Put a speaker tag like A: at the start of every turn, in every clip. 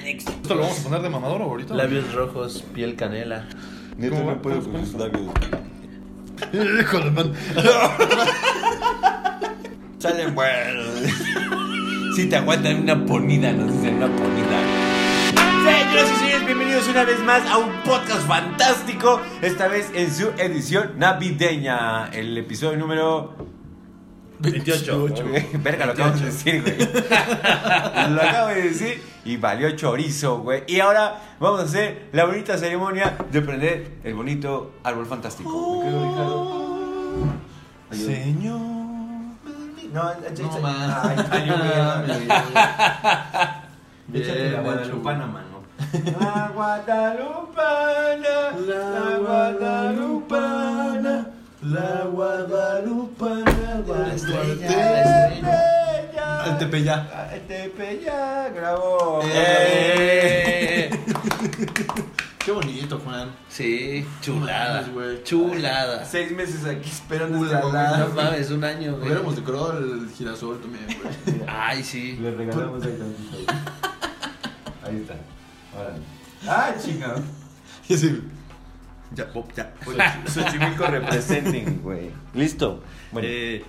A: ¿Esto lo vamos a poner de mamador ahorita?
B: Labios rojos, piel canela.
C: Neta,
A: ¿Cómo va?
C: no puedo
A: ¿Cómo
C: con sus labios.
A: Híjole, man.
B: Salen buenos. Si te aguantan una ponida, nos dicen una ponida. Señoras y señores, bienvenidos una vez más a un podcast fantástico. Esta vez en su edición navideña. El episodio número.
A: 28.
B: Verga, lo acabo de decir, güey. Lo acabo de decir y valió chorizo, güey. Y ahora vamos a hacer la bonita ceremonia de prender el bonito árbol fantástico. ¿Me quedo, Ricardo?
A: Señor.
B: No,
D: No
B: Ay,
D: mames.
B: valió verga.
D: Bien
B: Échate la
D: hecho.
B: guadalupana, mano. Eh, La guadalupana, la guadalupana, la guadalupana,
D: La estrella, la
B: estrella.
A: El Tepeyac.
B: El Tepeyac, Ah, grabó.
D: Eh.
A: Qué bonito, Juan.
D: Sí,
A: No
D: chulada.
A: mames, güey.
D: Chulada.
B: Seis meses aquí esperando este
A: Ula,
B: esta
A: la.
D: No
B: mamada.
D: mames, un año,
A: Hubiéramos
D: güey.
A: decorado el girasol también, güey.
D: Ay, sí.
B: Le regalamos ahí tantito. Ahí está. Ahora. Ah, chingado.
A: Y así, Ya, pop, ya.
D: Ah.
B: Xochimilco representing, güey. Listo. Bueno.
A: Eh,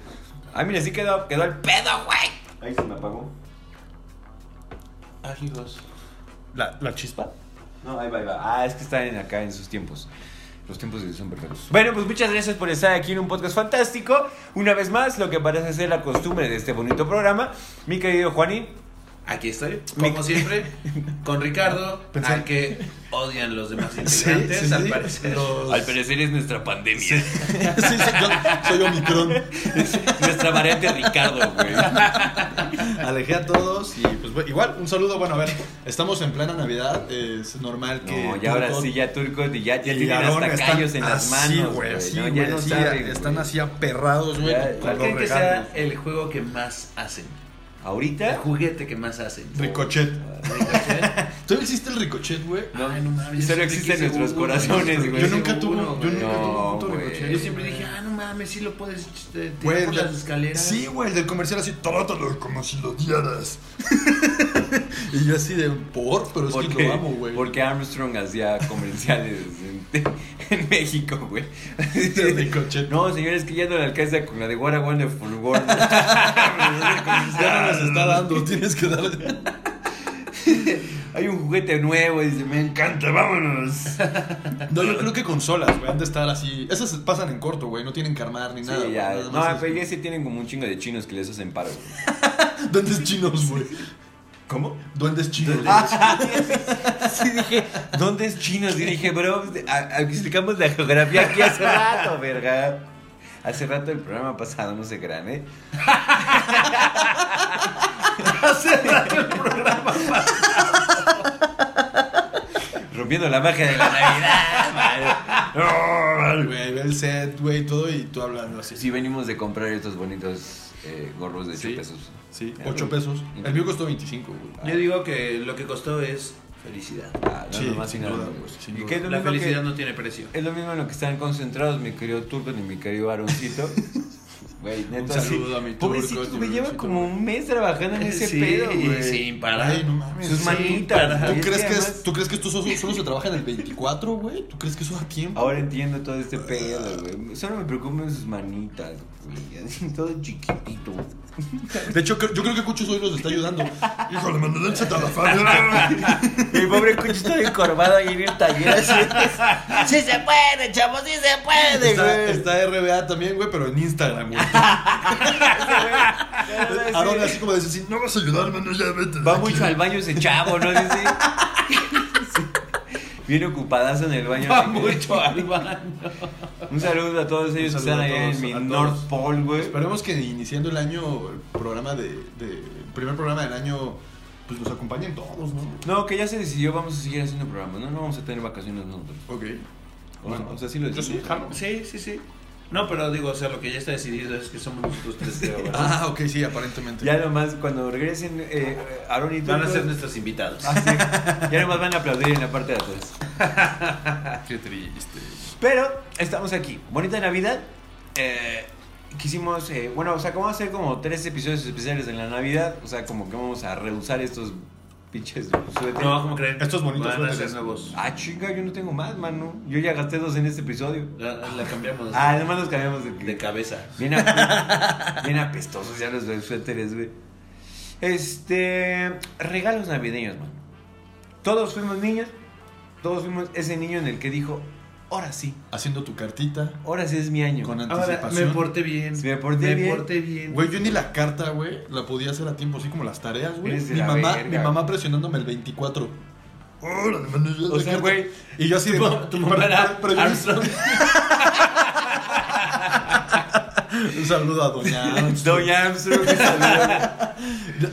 B: Ay, mira, sí quedó, quedó el pedo, güey. Ahí se me apagó.
D: Amigos.
A: la, la chispa.
B: No, ahí va, ahí va. Ah, es que están en- acá en sus tiempos. Los tiempos de Dios son perfectos. Bueno, pues muchas gracias por estar aquí en un podcast fantástico. Una vez más, lo que parece ser la costumbre de este bonito programa. Mi querido Juanín.
D: Aquí estoy, como siempre, con Ricardo, al que odian los demás integrantes,
A: sí,
D: al
A: sí.
D: parecer.
A: Los-
D: Pues, Al parecer es nuestra pandemia.
A: sí, sí, yo soy Omicron.
D: nuestra variante Ricardo, güey.
A: Alejé a todos y pues bueno, igual un saludo. Bueno, a ver, estamos en plena Navidad. Es normal que.
B: No, ya ahora
A: Turco
B: sí, ya Turco, y ya, ya
A: y
B: tienen
A: Aarón
B: hasta
A: están
B: callos en las
A: así,
B: manos.
A: güey.
B: güey,
A: Así,
B: ¿no?
A: güey.
B: Ya no
A: así,
B: saben,
A: están
B: güey.
A: así aperrados, güey.
B: Ya,
A: con
D: ¿Cuál
A: los
D: creen que
A: regalos.
D: sea el juego que más hacen? El
A: ¿Eh?
B: Ahorita, eh,
D: juguete que más hacen.
A: Ricochet.
D: Ricochet.
A: ¿Todavía existe el ricochet, güey?
D: Ay, no mames, yo
B: Solo
D: siempre
B: existen
D: quise
B: nuestros
D: uno,
B: corazones,
D: nuestro-
B: güey.
A: Yo nunca tuve-
D: uno,
A: yo
D: güey.
A: nunca tuve un puto
B: No,
A: ricochet.
B: güey.
D: Yo siempre dije, ah, no mames, sí lo puedes eh, tirar
A: Güey,
D: por
A: la-
D: las escaleras.
A: Sí, güey, del comercial así, trátalo como si lo odiaras. y yo así de por, pero es que
B: Porque,
A: lo amo, güey.
B: porque Armstrong hacía comerciales en, en México, güey.
A: De ricochet.
B: No, señores, que ya no le alcanza con la de What a Wonderful World.
A: Ya no las está dando, tienes que darle.
B: Hay un juguete nuevo y dice, me encanta, vámonos.
A: No, yo creo que consolas, güey, han de estar así. Esas se pasan en corto, güey, no tienen que armar ni
B: Sí,
A: nada. güey,
B: ya.
A: nada más
B: No,
A: es-
B: pero ya sí tienen como un chingo de chinos que les hacen paro. güey.
A: Duendes chinos, güey.
B: ¿Cómo?
A: Duendes chinos. Ah,
B: sí, dije, ¿dónde es chinos? Y dije, bro, a- a- explicamos la geografía aquí hace rato, verga. Hace rato el programa pasado, no se crean, ¿eh?
D: Hace rato el programa.
B: Rompiendo la magia de la Navidad, madre.
A: Güey, ve el set, güey, todo y tú hablando así.
B: Sí, venimos de comprar estos bonitos eh, gorros de 8
A: Sí.
B: pesos.
A: Sí, 8 pesos. El mío costó 25, güey.
D: Yo digo que lo que costó es felicidad.
B: Ah, no,
A: Sí,
B: nomás
A: sin
B: sin nada,
A: duda,
B: güey.
A: güey, sin
B: ¿Y
A: duda.
B: qué es lo
D: La
B: mismo que-
D: felicidad no tiene precio.
B: Es lo mismo en lo que están concentrados mi querido Turco y mi querido Aaroncito. Güey, neta.
A: Un
B: así-
A: saludo a mi Turco,
B: Pobrecito,
A: mi
B: güey, lleva
A: Aaroncito,
B: como
A: güey.
B: un mes trabajando en ese
D: sí,
B: pedo, güey.
D: Sin parar.
A: Ay, no mames.
B: Sus
D: Sí,
B: manitas.
D: para-
A: ¿Tú
B: güey, es
A: crees, que es-
B: además-
A: ¿Tú crees que esto solo, solo se trabaja en el 24, güey? ¿Tú crees que eso da tiempo?
B: Ahora entiendo todo este
A: Ah.
B: pedo, güey. Solo me preocupan sus manitas, güey. Así, todo chiquitito.
A: De hecho, creo- yo creo que Cucho hoy nos está ayudando. Híjole, mandó el fan.
B: Mi pobre cucho está encorvado ahí en el taller. así. ¡Sí se puede, chavos! ¡Sí se puede,
A: Está,
B: güey!
A: está RBA también, güey, pero en Instagram, güey. Aaron así como dice así, no vas a ayudar, mano, ya vete. de
B: Va
A: aquí".
B: mucho al baño ese chavo, ¿no? Dice. Bien ocupadazo en el baño.
D: Va mucho al baño.
B: Un saludo a todos ellos que están
A: saludo a
B: allá
A: todos,
B: en mi
A: a todos.
B: North Pole, güey.
A: Esperemos que iniciando el año, el programa de, de- el primer programa del año, pues nos acompañen todos, ¿no?
B: No, que ya se decidió, vamos a seguir haciendo programas. No, no vamos a tener vacaciones nosotros.
A: Ok.
B: O, o sea, sí lo
A: Yo sí,
B: decimos.
A: jalo.
D: Sí, sí, sí. No, pero digo, o sea, lo que ya está decidido es que somos nosotros tres que ahora
A: Ah, ok, sí, aparentemente.
B: Ya nomás, cuando regresen, eh, Aaron y tú.
D: van a ser nuestros invitados.
B: Ah, sí. Ya nomás van a aplaudir en la parte de atrás.
A: Qué triste.
B: Pero estamos aquí. Bonita Navidad. Eh, quisimos, eh, bueno, o sea, como hacer como tres episodios especiales en la Navidad. O sea, como que vamos a rehusar estos pinches suéteres.
D: No, ¿cómo creen?
A: Estos bonitos
D: Van a ser
A: suéteres.
D: nuevos.
B: Ah, chinga, yo no tengo más, mano. Yo ya gasté dos en este episodio.
D: La, la cambiamos
B: Ah, además nos cambiamos de,
D: de cabeza.
B: Bien, ap- bien apestosos ya los suéteres, güey. Este. Regalos navideños, mano. Todos fuimos niños. Todos fuimos ese niño en el que dijo: Ahora sí,
A: Haciendo tu cartita
B: ahora sí es mi año.
A: con
D: Ahora, me
A: anticipación.
D: porté bien.
B: Me porté bien.
D: porté bien.
A: Güey, yo ni la carta, güey, la podía hacer a tiempo, así como las tareas, güey.
B: Eres de
A: Mi
B: la
A: mamá,
B: verga,
A: mi mamá presionándome el 24.
B: O sea, güey.
A: Y yo así de.
D: Tu mamá era
A: pero yo-
D: Armstrong.
A: Un saludo a Doña Armstrong.
B: Doña Armstrong, que saluda.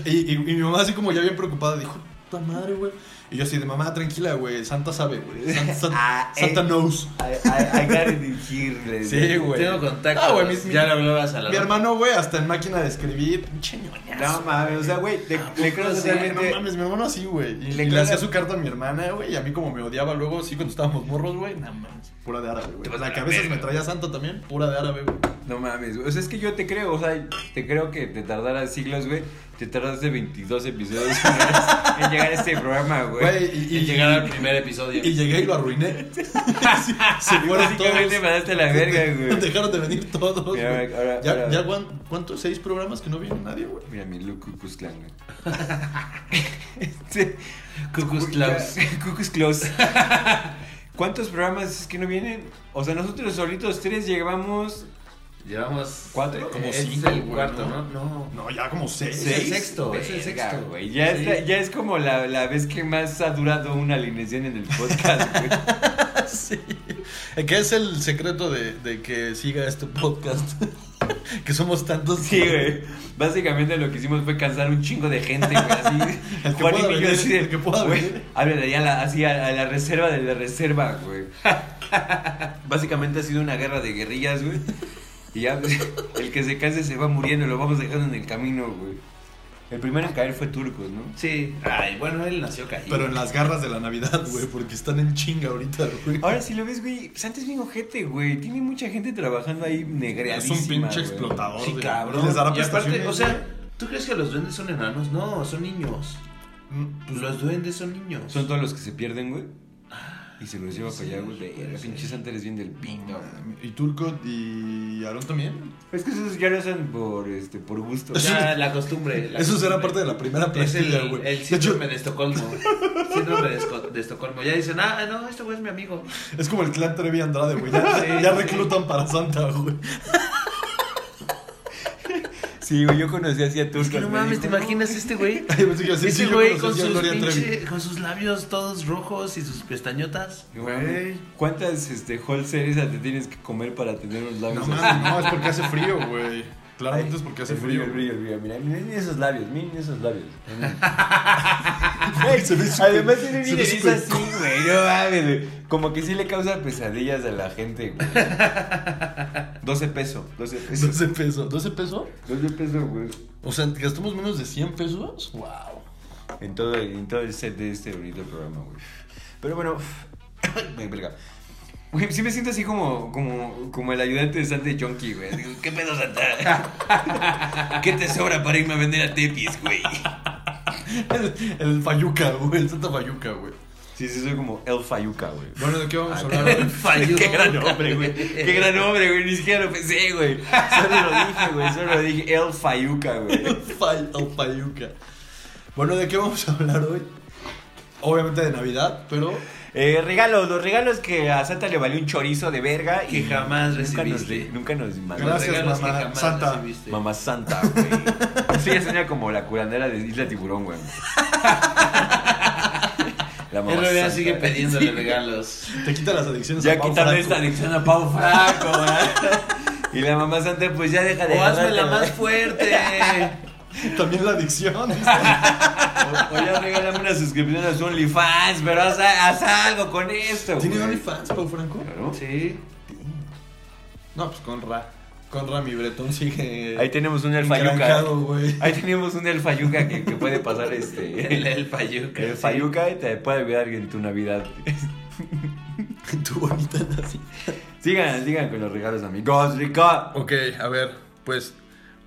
A: Y, y- y mi mamá así como ya bien preocupada dijo, puta madre, güey. Y yo así de mamá, tranquila, güey. Santa sabe, güey. Santa, Santa-
B: Ah, eh.
A: Santa knows.
B: I, I, I gotta decirle.
A: Sí, güey.
D: Tengo contacto.
A: Ah, güey, mis-
D: ya le hablabas a la
A: Mi hermano, güey, hasta en máquina de escribir, pinche ñoñazo.
B: No mames, o sea, güey, te- le creo
A: Sí,
B: totalmente.
A: no mames, mi hermano así, güey. Y,
B: Le
A: y
B: caga-
A: le hacía su carta a mi hermana, güey. Y a mí, como me odiaba luego, sí, cuando estábamos morros, güey. Nada más. Pura de árabe, güey.
D: Te vas a
A: La
D: la
A: que a veces
D: verga.
A: me traía santo también, pura de árabe, güey.
B: No mames, güey. O sea, es que yo te creo, o sea, te creo que te tardaras siglos, güey. Te tardaste 22 episodios en en llegar a este programa, güey.
A: Güey, y,
D: Y,
A: y-
D: llegar al primer episodio.
A: y llegué y lo arruiné. Se fueron
B: Básicamente
A: todos.
B: mandaste la verga, güey.
A: Dejaron de venir todos. güey.
B: Mira, ahora-
A: ya,
B: ahora-
A: ya guan- ¿cuántos? ¿Seis programas que no viene nadie, güey?
B: Mira mi look Cucus Clan, güey. Este,
D: Cucus Klaus.
B: Cucus Klaus. ¿Cuántos programas es que no vienen? O sea, nosotros solitos tres llevamos
D: Llevamos.
B: cuatro.
A: Como
D: es
A: cinco,
D: el
A: güey,
D: cuarto, ¿no?
A: ¿no? No, ya como seis.
D: Es el sexto, es el
B: Verga,
D: sexto.
B: güey. Ya,
D: Sí.
B: está- ya es como la, la vez que más ha durado una alineación en el podcast, güey.
A: Sí. Eh, Que es el secreto de, de que siga este podcast. que somos tantos.
B: Sí, güey. Básicamente lo que hicimos fue cansar un chingo de gente, güey. Así.
A: El que
B: Juan y Millo
A: pueda venir,
B: así de,
A: el que pueda
B: güey, ah,
A: venir.
B: háblale ahí a la, así a, a la reserva de la reserva, güey. Básicamente ha sido una guerra de guerrillas, güey. Y ya pues, el que se canse se va muriendo, lo vamos dejando en el camino, güey. El primero en caer fue Turcos, ¿no?
D: Sí. Ay, bueno, él nació caído.
A: Pero en las garras de la Navidad, güey, porque están en chinga ahorita, güey.
B: Ahora si lo ves, güey, pues antes bien ojete, güey. Tiene mucha gente trabajando ahí
A: Es
B: negreadísima,
A: un pinche
B: güey.
A: explotador,
D: Sí,
A: güey.
D: cabrón.
A: Les dará
D: Y aparte,
A: prestaciones,
D: o sea, ¿tú crees que los duendes son enanos? No, son niños.
A: güey.
D: Los duendes son niños.
B: Son todos los que se pierden, güey. Y se los lleva
D: sí,
B: para allá, güey.
D: puede
B: La
D: ser.
B: pinche santa eres bien del pingo, güey.
A: ¿Y Turco y Aarón también?
B: Es que esos ya lo hacen por, este, por gusto.
D: Ya, la costumbre. la
A: Eso será
D: costumbre.
A: parte de la primera
D: Es
A: plantilla,
D: el,
A: güey.
D: el
A: de hecho,
D: síndrome de Estocolmo. Síndrome de, Esco- de Estocolmo. Ya dicen, ah, no, este güey es mi amigo.
A: es como el clan Trevi Andrade, güey. Ya,
D: Sí,
A: ya
D: sí.
A: reclutan para Santa, güey.
B: Sí, güey, yo conocí así a Turco.
D: Es que no
B: me
D: mames,
B: dijo,
D: ¿te imaginas este güey?
A: Ay, pensé que así, sí,
D: Ese
A: yo
D: güey
A: conocí
D: con
A: a
D: sus,
A: Gloria Trevi.
D: pinche- con sus labios todos rojos y sus pestañotas.
B: "No mames, ¿Cuántas este, whole series te tienes que comer para tener los
A: No
B: labios así?
A: mames, no, es porque hace frío, güey. Claramente es porque hace
B: El brillo,
A: frío.
B: el
A: güey.
B: brillo, el brillo. Mira, miren esos labios, miren esos labios.
A: Se ve súper-
B: Además tiene
A: se
B: bien
A: ve
B: erizo
A: súper
B: así, güey. No mames, güey. Como que sí le causa pesadillas a la gente, güey. 12 pesos, 12 pesos.
A: 12 pesos. ¿12 pesos?
B: 12 pesos, güey.
A: O sea, ¿gastamos menos de 100 pesos? ¡Wow!
B: En todo, en todo el set de este bonito programa, güey. Pero bueno, me verga. Güey, sí me siento así como, como, como el ayudante de Santa Chonky, güey. Digo, ¿qué pedo, Santa? ¿Qué te sobra para irme a vender a Tepis, güey?
A: El, el Fayuca, güey. El Santa Fayuca, güey.
B: Sí, sí, soy como El Fayuca, güey.
A: Bueno, ¿de qué vamos a hablar?
D: El
A: ahora?
D: fallo.
B: Qué gran hombre, güey. Qué gran hombre, güey. Ni siquiera lo pensé, güey. Solo lo dije, güey. Solo lo dije El Fayuca, güey.
A: Fal- o Fayuca. Bueno, ¿de qué vamos a hablar hoy? Obviamente de Navidad, pero
B: Eh, regalos, los regalos que a Santa le valió un chorizo de verga. y
D: Que jamás
B: nunca nos,
D: recibiste.
B: re- nunca nos mandó.
A: Gracias,
D: Regalos que
A: mamá.
D: jamás
A: Santa.
D: recibiste.
B: Mamá Santa, güey. Eso ya suena como la curandera de Isla Tiburón, güey. La
D: Él todavía
B: Santa.
D: sigue pidiéndole regalos.
A: te quita las adicciones. a
B: Ya
A: Pau
B: quítame
A: Franco.
B: esta adicción a Pau Franco, güey. Y la mamá Santa, pues ya deja de.
D: O hazme la
B: agarrarte,
D: más
B: güey.
D: fuerte.
A: También la adicción. ¿viste?
B: Ah, O, o ya regálame una suscripción a su OnlyFans, pero haz, haz algo con esto, güey.
A: ¿Tiene OnlyFans, Pau Franco?
B: Claro.
D: Sí.
A: No, pues con Ra. Con Ra, mi bretón sigue.
B: Ahí tenemos un elfayuca.
A: encranjado, güey.
B: Ahí tenemos un elfayuca que, que puede pasar este.
D: El, el payuca.
B: El
D: sí.
B: Fayuca y te puede olvidar en tu Navidad.
A: Tu bonita así.
B: sigan, sigan con los regalos, amigos, rico.
A: Ok, a ver, pues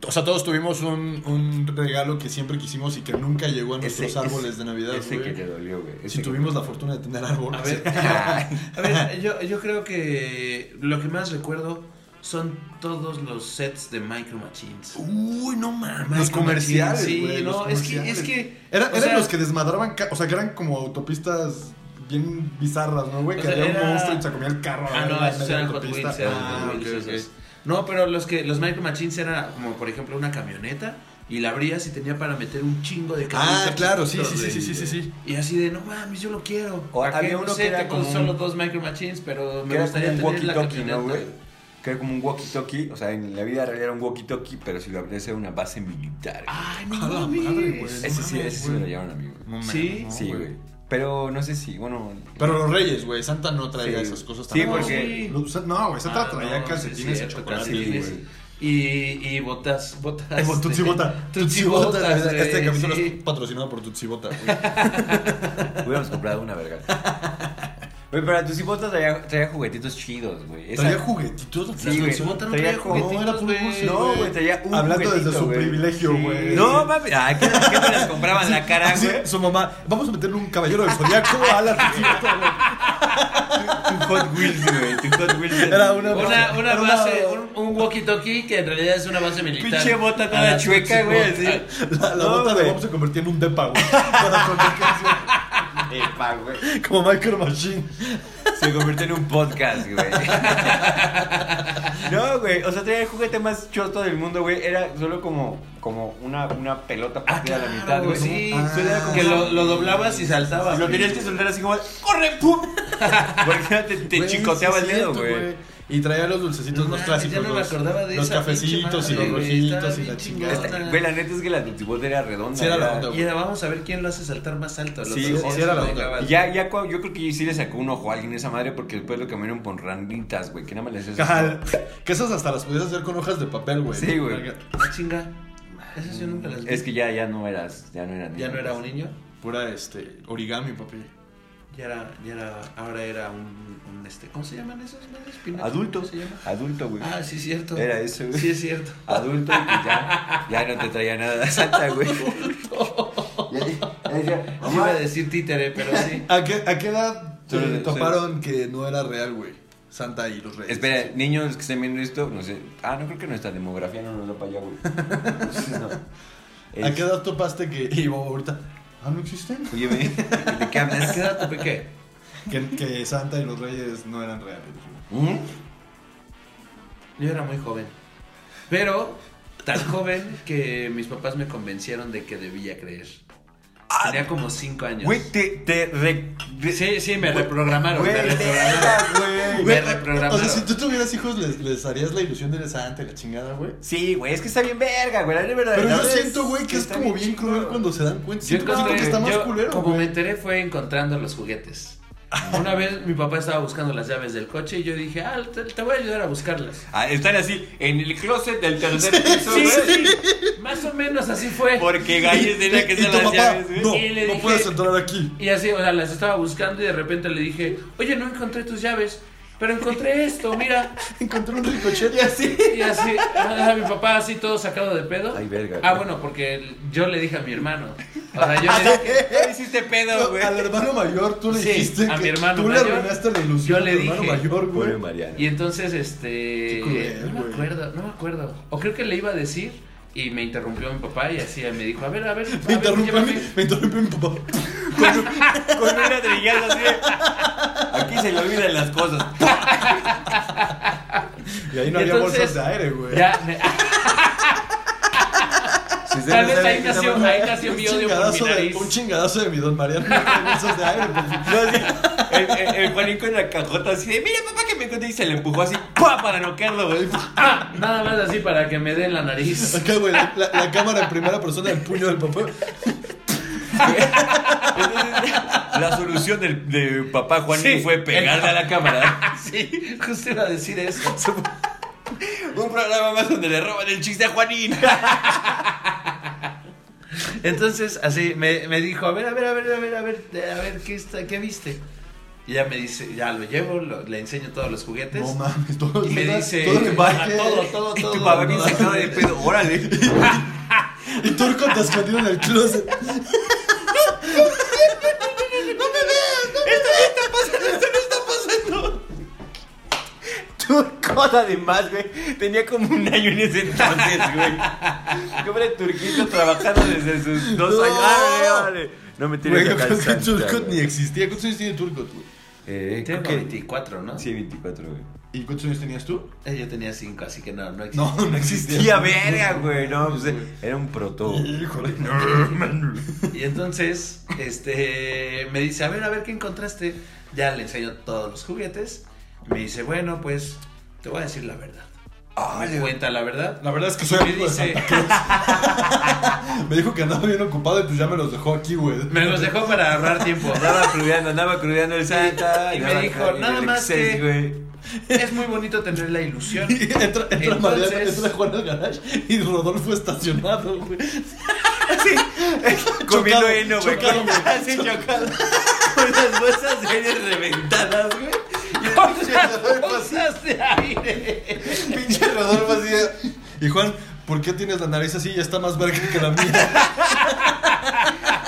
A: o sea, todos tuvimos un, un regalo que siempre quisimos y que nunca llegó a nuestros
B: Ese-
A: árboles
B: ese-
A: de Navidad,
B: Ese
A: güey.
B: que te dolió, güey. Ese
A: Si
B: que-
A: tuvimos la fortuna de tener árboles.
D: A ver, a ver yo, yo creo que lo que más recuerdo son todos los sets de Micro Machines.
A: Uh, Uy, no mames.
D: Micro
A: Los comerciales,
D: Machines,
A: güey,
D: Sí,
A: los
D: no, es que,
A: comerciales.
D: es que.
A: Era-
D: o
A: eran
D: sea,
A: los que desmadraban, ca- o sea, que eran como autopistas bien bizarras, ¿no, güey?
D: O
A: Que
D: sea,
A: había un
D: era-
A: monstruo y se comía el carro.
D: Ah, no,
A: ¿verdad?
D: esos
A: Media
D: eran Hot
A: autopista.
D: Wheels, eran
A: Ah,
D: Hot Wheels,
A: ok,
D: esos.
A: ok.
D: No, pero los que los Micro Machines era como por ejemplo una camioneta y la abrías y tenía para meter un chingo de
A: Ah,
D: carritos
A: claro, sí, sí,
D: chiquitos,
A: sí, sí,
D: güey.
A: sí, sí, sí.
D: Y así de, no mames, yo lo quiero.
B: O
D: ¿Para
B: había
D: qué?
B: uno
D: No sé,
B: que era
D: tengo
B: como un-
D: solo dos Micro Machines, pero
B: Que
D: me
B: era como
D: gustaría
B: un
D: tener la
B: walkie-talkie,
D: camioneta.
B: ¿no, güey? Que era como un walkie-talkie. O sea, en la vida real era un walkie-talkie, pero si lo abrías era una base militar. güey.
D: Ay, Ah, no
A: A la
D: mames.
A: Ah, madre, güey.
B: ese sí,
A: mames,
B: ese sí
A: güey.
B: me lo llevaron a mí, güey.
A: No mames,
D: Sí,
A: no,
B: sí, güey. Pero no sé si, bueno.
A: Pero los reyes, güey, Santa no traía
B: Sí.
A: esas cosas
B: Sí,
A: tampoco,
B: porque-
A: güey. No, Sa- No, güey, Santa
D: Ah,
A: traía
D: no,
A: calcetines
D: sí,
A: y
D: cierto,
A: chocolates,
D: calcetines.
A: güey.
D: Y, y botas, botas.
A: Eh, bueno, Tutsi
D: de-
A: Bota.
D: Tutsi
A: Tutsi
D: botas,
A: Bota. Este
D: güey,
A: capítulo
D: sí.
A: es patrocinado por Tutsi Bota, güey.
B: Hubiéramos comprado una verga. Güey, pero tus hipotas traía, traía juguetitos chidos, güey. Esa-
A: Traía juguetitos.
B: Sí,
A: las
B: güey.
A: Tutsi Bota.
D: no
B: Traía
D: traía
B: como-
D: juguetitos,
A: No, era puro
D: güey.
A: dulce,
B: No, güey, traía un
A: Hablando
B: juguetito,
A: desde su
B: güey.
A: privilegio,
D: Sí.
A: güey.
B: No, mami. Ay, ¿qué, qué me las compraban la cara,
A: Sí,
B: güey?
A: su mamá, vamos a meterle un caballero del zodiaco a la Tutsi Bota, güey.
B: Tu Hot Wheels, güey. Tu Hot Wheels.
A: Era una-
D: Una, una
A: Era una-
D: base, un, un walkie-talkie que en realidad es una base militar.
B: Pinche bota
D: Ah,
B: toda
D: sí,
B: chueca,
D: sí,
B: güey.
D: bota.
B: Así.
A: La, la
B: No,
A: bota de
B: güey.
A: vamos a convertir en un depa, güey. Para cualquier canción.
B: Epa, güey.
A: Como Micro Machine.
B: Se convirtió en un podcast, güey. No, güey. O sea, traía el juguete más choto del mundo, güey. Era solo como, como una, una pelota
D: Ah,
B: partida a
D: claro,
B: la mitad, güey.
D: Sí,
A: Ah.
B: Solo era como
D: que
B: una-
D: lo, lo doblabas y saltabas.
B: Y lo tenías que soltar así como, ¡corre, pum! Porque te, te
A: Güey,
B: chicoteaba
A: sí
B: el
A: es
B: dedo,
A: cierto,
B: güey.
A: Y traía los dulcecitos,
D: No
A: los
D: mames,
A: clásicos.
D: ya no me
A: los-
D: acordaba de
A: Los
D: esa
A: cafecitos
D: pinche
A: y los
D: madre, güey,
A: rojitos
D: estaba
A: y la chingada.
D: bien chingona.
B: Este, Güey, la neta es que la tutibota era redonda.
A: Sí, era
B: era-
A: redonda,
D: Y era, vamos a ver quién lo hace saltar más alto. El
B: Sí,
D: otro
B: sí,
D: día
A: sí, era la
D: se
A: otra.
D: pegaba.
B: Y Ya, ya, cua- yo creo que sí le sacó un ojo a alguien esa madre porque después lo cambiaron por randitas, güey. Que nada más le hacías.
A: Ajá, Que esas hasta las podías hacer con hojas de papel, güey.
B: Sí, güey.
D: Ah, chinga. Esas yo nunca las vi.
B: Es que ya, ya no eras, ya no pues. eran.
D: ya no era un niño.
A: Pura este, origami, papi.
D: Ya era, ya era, ahora era un, un este, ¿cómo se llaman esos madres? ¿Pinocho?
B: Adulto,
D: ¿Cómo se llama?
B: adulto, güey.
D: Ah, sí, cierto.
B: Era eso, güey.
D: Sí, es cierto.
B: Adulto y pues ya, ya no te traía nada santa, güey. Ya- ya decía,
D: Yo iba a decir títere, pero sí.
A: ¿A qué, a qué edad te
B: Solo- solo-
A: toparon que no era real, güey? Santa y los reyes.
B: Espera, niños que estén viendo esto, no sé. Ah, no creo que nuestra demografía no nos da para allá, güey. No.
A: ¿A qué edad topaste que... Y bueno, ahorita... Ah, no existen.
B: Oye, güey, ¿de qué hablas?
D: ¿Qué edad tope qué?
A: Que, que Santa y los reyes no eran reales.
B: ¿Mm?
D: Yo era muy joven. Pero tan joven que mis papás me convencieron de que debía creer. Tenía como 5 años.
B: Güey, te, te re- re-
D: Sí, sí, me reprogramaron.
B: Güey,
D: me reprogramaron.
B: güey.
D: Me
A: Güey,
D: reprogramaron.
A: O sea, si tú tuvieras hijos, ¿les, les harías la ilusión de Santa y la chingada, güey?
B: Sí, güey, es que está bien verga, güey. La verdad,
A: Pero
B: la
A: yo
B: verdad
A: siento, güey, que es
B: está
A: como bien
B: chido.
A: cruel cuando se dan cuenta.
D: Yo
A: Siento siento
D: encontré,
A: que está más
D: yo,
A: culero,
D: como me
A: güey.
D: enteré fue encontrando los juguetes. Una vez mi papá estaba buscando las llaves del coche y yo dije, ah, te, te voy a ayudar a buscarlas.
B: Ah, están así, en el closet del tercer piso,
D: Sí,
B: güey.
D: sí, más o menos así fue.
B: Porque Galles tenía que
A: Y tu
B: ser las
A: papá,
B: llaves, güey.
A: no,
D: Y le dije-
A: no puedes entrar aquí.
D: Y así, o sea, las estaba buscando y de repente le dije, oye, no encontré tus llaves, pero encontré esto, mira.
A: Encontré un ricochet y así.
D: Y así, ah, mi papá así todo sacado de pedo.
B: Ay, verga,
D: Ah,
B: güey.
D: bueno, porque yo le dije a mi hermano. O sea, yo le dije,
B: ¿Qué hiciste pedo, güey?
A: Al hermano mayor tú le
D: Sí,
A: dijiste
D: a
A: que
D: mi hermano
A: tú
D: mayor.
A: le arruinaste la ilusión
D: Yo le
A: al hermano
D: dije.
A: mayor,
B: Pobre
A: güey.
B: Mariana.
D: Y entonces, este.
A: Qué cruel,
D: no me
A: güey.
D: acuerdo, no me acuerdo. O creo que le iba a decir y me interrumpió mi papá y así me dijo: A ver, a ver, a
A: Me
D: ver,
A: interrumpió, mi,
D: llévame".
A: me interrumpió mi papá.
B: Con, un- con un ladrillazo así. de, Aquí se le olvidan las cosas.
A: Y ahí no
D: Y
A: había
D: entonces,
A: bolsas de aire, güey.
D: Ya, me-
B: Si ustedes
D: Tal
B: no
D: vez
B: saben
D: ahí
B: qué
D: nació-
B: estamos-
D: ahí nació mi odio por mi
A: chingadazo de,
D: nariz.
A: un chingadazo de mi don Mariano. No había bolsas de aire, por
B: No, así, el, el, el Juanico en la cajota así de, mira papá que me encontré y se le empujó así, ¡pa! para noquearlo, güey.
D: Ah, nada más así para que me den la nariz.
A: Acá, güey, la, la- la cámara en primera persona del puño del papá.
B: Entonces, la solución del, de papá Juan
D: Sí.
B: fue pegarle a la cámara.
D: Ah, Sí, justo iba a decir eso.
B: Un programa más donde le roban el chiste a Juanín.
D: Entonces, así me, me dijo: A ver, a ver, a ver, a ver, a ver, a ver, ¿qué, está, qué viste? Y ya me dice, ya lo llevo, lo- le enseño todos los juguetes.
A: No mames, todo,
D: y me dice,
A: todo el empaque.
D: "Ah, todo, todo,
B: Y
D: todo.
B: tu papá bien
D: ¿no?
B: sacado de pedo, órale.
A: Y Turco te escondido en el closet.
B: Turco, además, güey. Tenía como un año en ese entonces, güey. Pobre turquito trabajando desde sus dos
A: No.
B: años. Órale, órale. No me tiene
A: Güey,
B: que
A: yo creo que
B: alcanzar,
A: Turcot
B: güey.
A: ni existía. ¿Cuántos años tiene Turcot, güey?
B: Eh, creo
D: Tengo
B: que.
D: 24, ¿no?
B: Sí, 24, güey.
A: ¿Y cuántos años tenías tú?
D: Eh, Yo tenía 5, así que no, no existe.
A: No, no existía.
B: Tía verga, güey. No, pues, eh, era un proto.
A: Híjole.
D: Y entonces, este, me dice, a ver, a ver, ¿qué encontraste? Ya le enseño todos los juguetes. Me dice, bueno, pues, te voy a decir la verdad. Me cuenta la verdad.
A: La verdad es que soy
D: Me
A: amigo de
D: dice-
A: Santa Claus. Me dijo que andaba bien ocupado y pues ya me los dejó aquí, güey.
D: Me los dejó para ahorrar tiempo.
B: Andaba crudeando, andaba crudeando el Santa.
D: Y me
B: andaba
D: dijo,
B: crudeando
D: nada
B: el
D: más
B: Excel,
D: que-
B: güey.
D: Es muy bonito tener la ilusión.
A: Entra, entra, Mariana,
D: Entonces-
A: entra Juan al garage y Rodolfo estacionado, güey.
B: Comiendo
A: Chocado,
B: heno, güey.
A: chocado, güey.
B: Así chocado. Con las bolsas de aire reventadas, güey.
D: Cosas de aire.
A: Pinche Rodolfo así. de- Y Juan, ¿por qué tienes la nariz así? Ya está más verga que la mía.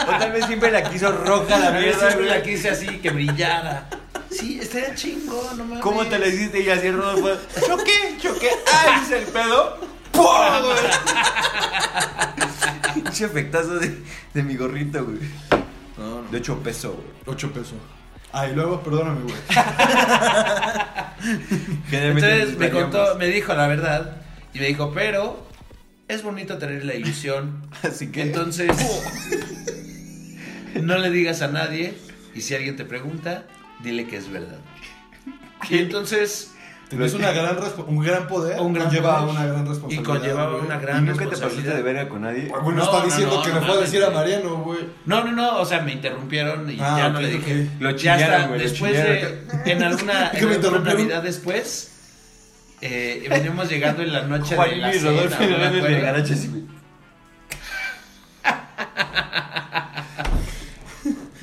B: O tal vez siempre la quiso roja la
D: Yo
B: mierda,
D: siempre la
B: güey.
D: quise así, que brillara. Sí, estaría chingo, no mames.
B: ¿Cómo te la hiciste? Y así Rodolfo. Choqué, choqué. ¡Ay, hice el pedo! ¡Pum! güey. Pinche efectazo de, de mi gorrito, güey.
A: No, no.
B: De 8 pesos, güey.
A: 8 pesos. Ah, y luego, perdóname, güey.
B: Generalmente
D: Entonces
B: nos
D: me
B: variamos.
D: contó, me dijo la verdad. Y me dijo, pero es bonito tener la ilusión.
B: Así que.
D: Entonces, no le digas a nadie. Y si alguien te pregunta, dile que es verdad. Y entonces,
A: Tenías una gran respo- un gran poder.
D: Un gran
A: conlleva
D: poder.
A: una gran responsabilidad.
D: Y conllevaba
A: güey.
D: una
B: ¿Y
D: gran
B: nunca te pasaste
D: responsabilidad.
B: de verga con nadie?
A: Ah, Güey, no,
D: No,
A: está
D: no,
A: diciendo
D: no,
A: que
D: no
A: le fue a
D: mames,
A: decir a
D: güey.
A: Mariano, güey.
D: No, no, no, o sea, me interrumpieron y
A: Ah,
D: ya no
A: ok,
D: le dije.
A: ok.
B: Lo
D: ya
B: chillaron,
D: hasta
B: güey, lo
D: después
B: chillaron.
D: de. En
A: ¿Que
D: alguna, en
A: me
D: alguna
A: interrumpieron?
D: Navidad después, eh, veníamos llegando en la noche de la
B: Juan y
D: cena.
B: Rodolfo
D: no me
B: Hernández
D: acuerdo.
B: de Garache, sí, güey.